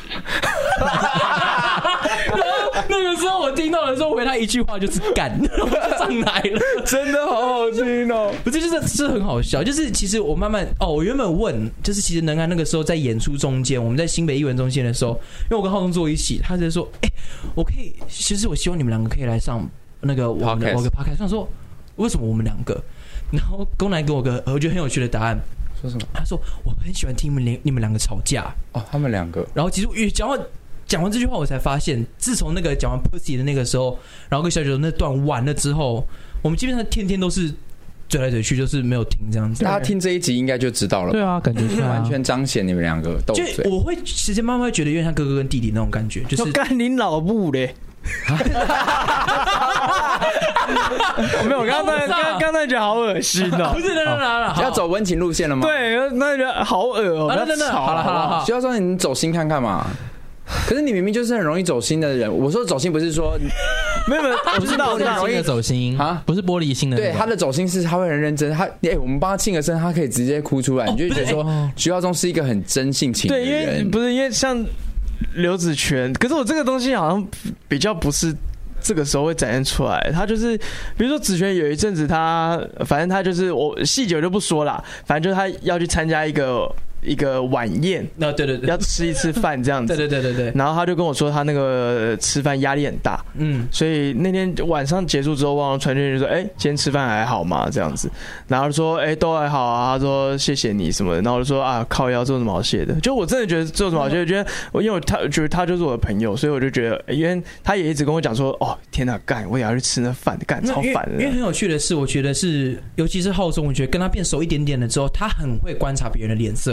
[SPEAKER 2] 那个时候我听到的时候，回他一句话就是 干， 然后就上来了。
[SPEAKER 4] 真的好好听哦。
[SPEAKER 2] 不是，就是是很好笑，就是其实我慢慢哦，我原本问，就是其实能安那个时候在演出中间，我们在新北艺文中心的时候，因为我跟浩东坐一起，他就说，哎、我可以，其实我希望你们两个可以来上那个我们的
[SPEAKER 4] Podcast
[SPEAKER 2] 某个 podcast，他说为什么我们两个？然后公南给我个我觉得很有趣的答案，
[SPEAKER 4] 说什么？
[SPEAKER 2] 他说我很喜欢听你们两你们两个吵架，
[SPEAKER 4] 哦，他们两个。
[SPEAKER 2] 然后其实越讲完讲完这句话，我才发现，自从那个讲完 pussy 的那个时候，然后跟小九那段完了之后，我们基本上天天都是嘴来嘴去，就是没有停这样子。
[SPEAKER 4] 大家听这一集应该就知道了吧，
[SPEAKER 3] 对啊，感觉 出来啊
[SPEAKER 4] 完全彰显你们两个斗
[SPEAKER 2] 就
[SPEAKER 4] 嘴。
[SPEAKER 2] 我会其实慢慢会觉得有点像哥哥跟弟弟那种感觉，就是
[SPEAKER 1] 就 干你老母嘞！没有，我刚刚才
[SPEAKER 2] 不是啊
[SPEAKER 1] 刚刚才觉得好恶心哦
[SPEAKER 2] 不，是，那那那那
[SPEAKER 4] 要走温情路线了吗？，
[SPEAKER 1] 对，那觉得好恶哦，
[SPEAKER 2] 啊
[SPEAKER 1] 不要
[SPEAKER 2] 那那那
[SPEAKER 1] 吵
[SPEAKER 2] 好了好了
[SPEAKER 1] 不
[SPEAKER 2] 好
[SPEAKER 4] 徐教授，你走心看看嘛。可是你明明就是很容易走心的人。我说走心不是说
[SPEAKER 2] 嗯
[SPEAKER 1] 没有没有，我知道我
[SPEAKER 3] 玻
[SPEAKER 1] 知
[SPEAKER 3] 璃
[SPEAKER 1] 道，
[SPEAKER 3] 心的走心
[SPEAKER 4] 啊
[SPEAKER 3] 不是玻璃心的那
[SPEAKER 4] 对
[SPEAKER 3] 种，
[SPEAKER 4] 他的走心是他会很认真，他哎、我们帮他庆个生，他可以直接哭出
[SPEAKER 2] 哦
[SPEAKER 4] 来，你就会觉得说徐耀宗是一个很真性情的
[SPEAKER 1] 对，因为
[SPEAKER 4] 人。
[SPEAKER 1] 不是因为像刘子权，可是我这个东西好像比较不是。这个时候会展现出来，他就是，比如说子权有一阵子他，反正他就是我细节我就不说啦，反正就是他要去参加一个一个晚宴，
[SPEAKER 2] 那对对对
[SPEAKER 1] 要吃一次饭这样子
[SPEAKER 2] 对，对对对对，
[SPEAKER 1] 然后他就跟我说他那个吃饭压力很大，
[SPEAKER 2] 嗯，
[SPEAKER 1] 所以那天晚上结束之后，忘了传讯就说：“哎、今天吃饭还好吗？”这样子，然后就说：“哎、都还好啊。”他说：“谢谢你什么的。”然后我就说：“啊，靠腰，这有什么好谢的？” 就我真的觉得这有什么好谢的？觉得我因为我他觉得他就是我的朋友，所以我就觉得，因为他也一直跟我讲说：“哦，天哪，干，我也要去吃那饭，干
[SPEAKER 2] 那
[SPEAKER 1] 超
[SPEAKER 2] 因为
[SPEAKER 1] 烦
[SPEAKER 2] 因为
[SPEAKER 1] 的。
[SPEAKER 2] 很有趣的是，我觉得是，尤其是浩中，我觉得跟他变熟一点点了之后，他很会观察别人的脸色，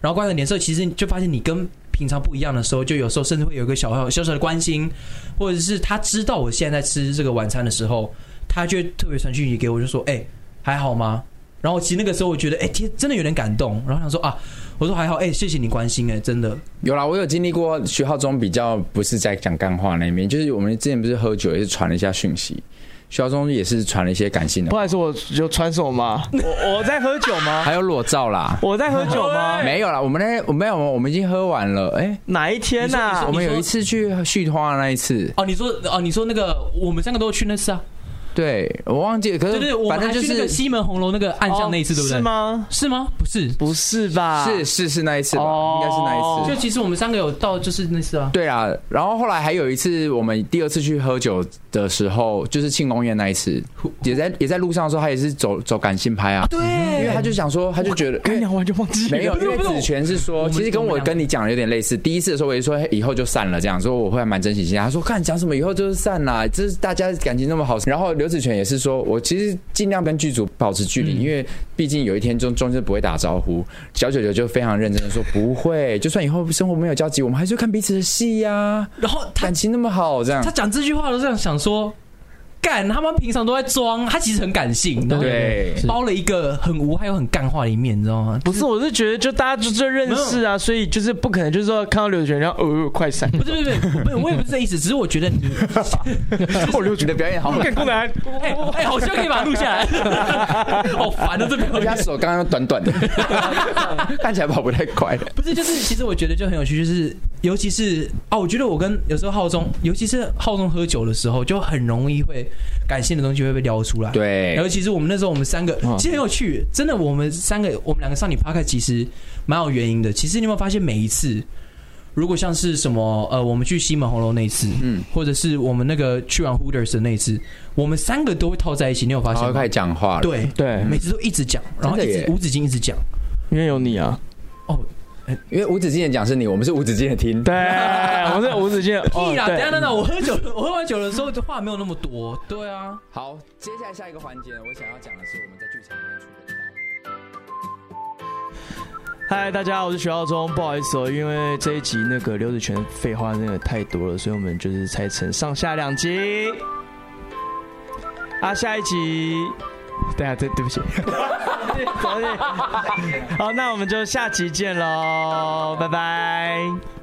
[SPEAKER 2] 然后观察脸色，其实就发现你跟平常不一样的时候，就有时候甚至会有一个小小小小的关心，或者是他知道我现在在吃这个晚餐的时候，他就会特别传讯息给我，就说：“哎、还好吗？”然后其实那个时候我觉得，哎、天，真的有点感动，然后想说啊，我说还好，哎、谢谢你关心、哎，真的，
[SPEAKER 4] 有啦，我有经历过徐浩宗比较不是在讲干话那一面，就是我们之前不是喝酒也是传了一下讯息，徐浩宗也是传了一些感性的
[SPEAKER 1] 不
[SPEAKER 4] 话，
[SPEAKER 1] 好意思，我就穿什么吗？我我在喝酒吗？
[SPEAKER 4] 还有裸照啦，
[SPEAKER 1] 我在喝酒吗？
[SPEAKER 4] 没有啦，我们那我没有，我们已经喝完了。哎、
[SPEAKER 1] 哪一天啊呐、
[SPEAKER 2] 啊
[SPEAKER 4] 我们有一次去续花那一次，
[SPEAKER 2] 哦，你说哦，你说那个我们三个都有去那次啊，
[SPEAKER 4] 对我忘记了，可
[SPEAKER 2] 对对对，
[SPEAKER 4] 是
[SPEAKER 2] 我
[SPEAKER 4] 反
[SPEAKER 2] 们还
[SPEAKER 4] 正就
[SPEAKER 2] 去那
[SPEAKER 4] 是
[SPEAKER 2] 个西门红楼那个暗巷那一次，对不对？
[SPEAKER 1] 是？吗？
[SPEAKER 2] 是吗？不是，
[SPEAKER 1] 不是吧？
[SPEAKER 4] 是是是那一次吧，
[SPEAKER 1] 哦
[SPEAKER 4] 应该是那一次。
[SPEAKER 2] 啊就其实我们三个有到，就是那次啊。
[SPEAKER 4] 对啊，然后后来还有一次，我们第二次去喝酒的时候，就是庆功宴那一次，也在也在路上的时候，他也是走走感性拍啊，
[SPEAKER 2] 对，
[SPEAKER 4] 因为他就想说，他就觉得
[SPEAKER 1] 干
[SPEAKER 4] 因为
[SPEAKER 1] 娘完全忘记了
[SPEAKER 4] 没 有，因为
[SPEAKER 2] 不是
[SPEAKER 4] 子权是
[SPEAKER 2] 我
[SPEAKER 4] 说，
[SPEAKER 2] 们
[SPEAKER 4] 其实跟
[SPEAKER 2] 我
[SPEAKER 4] 我
[SPEAKER 2] 们
[SPEAKER 4] 跟你讲的有点类似。第一次的时候，我也说嘿以后就散了，这样说我会还蛮珍惜现在。他说看讲什么以后就是散啦，这是大家感情那么好。然后刘子权也是说，我其实尽量跟剧组保持距离，
[SPEAKER 2] 嗯
[SPEAKER 4] 因为毕竟有一天终终究不会打招呼。小九九就非常认真的说，不会，就算以后生活没有交集，我们还是会看彼此的戏呀、
[SPEAKER 2] 然后他
[SPEAKER 4] 感情那么好，这样
[SPEAKER 2] 他讲这句话的时候想说，干他们平常都在装，他其实很感性，然后
[SPEAKER 4] 对
[SPEAKER 3] 是
[SPEAKER 2] 包了一个很无害又很干话的一面，你知道吗？
[SPEAKER 1] 不是，我是觉得就大家就这认识啊，所以就是不可能就是说看到刘雪然后呃快闪，
[SPEAKER 2] 不是不是不是，不是我也不是这意思，只是我觉得你，
[SPEAKER 4] 我刘子权的表演好
[SPEAKER 1] 不
[SPEAKER 4] 美。
[SPEAKER 1] 敢过来。
[SPEAKER 2] 哎哎，好希望可以把它录 下来，好烦啊，这
[SPEAKER 4] 而
[SPEAKER 2] 表
[SPEAKER 4] 且他
[SPEAKER 2] 演。
[SPEAKER 4] 手刚刚短 短的，看起来跑不太快。
[SPEAKER 2] 不是，就是其实我觉得就很有趣，就是尤其是啊，我觉得我跟有时候浩中，尤其是浩中喝酒的时候，就很容易会感性的东西会被撩出来。，
[SPEAKER 4] 对
[SPEAKER 2] 尤，其是我们那时候我们三个，
[SPEAKER 4] 啊
[SPEAKER 2] 其实很有趣，真的，我们三个，我们两个上你 p a r k 其实蛮有原因的。其实你有没有发现，每一次如果像是什么呃，我们去西门红楼那一次，
[SPEAKER 4] 嗯
[SPEAKER 2] 嗯，或者是我们那个去完 Hooters 的那一次，我们三个都会套在一起。你有发
[SPEAKER 4] 然
[SPEAKER 2] 现
[SPEAKER 4] 后
[SPEAKER 2] 吗？
[SPEAKER 4] 开始讲话了。
[SPEAKER 2] 对，
[SPEAKER 1] 对，
[SPEAKER 2] 每次都一直讲，然后一
[SPEAKER 4] 真的
[SPEAKER 2] 直
[SPEAKER 4] 耶哦
[SPEAKER 2] 无止境一直讲。
[SPEAKER 1] 因为有你啊。
[SPEAKER 4] 因为无止境的讲是你，我们是无止境的听。
[SPEAKER 1] 对，我是吴子健。哦
[SPEAKER 2] 屁哎啦！等一下
[SPEAKER 1] 对，
[SPEAKER 2] 等等，我喝酒，我喝完酒的时候话没有那么多。对啊，
[SPEAKER 4] 好，接下来下一个环节，我想要讲的是我们在剧场里面出的包。
[SPEAKER 1] 嗨，大家好，我是徐浩中，不好意思哦，因为这一集那个刘子权废话真的太多了，所以我们就是拆成上下两集。啊，下一集，等一下，对对不起， 对不起，好，那我们就下集见喽，拜拜。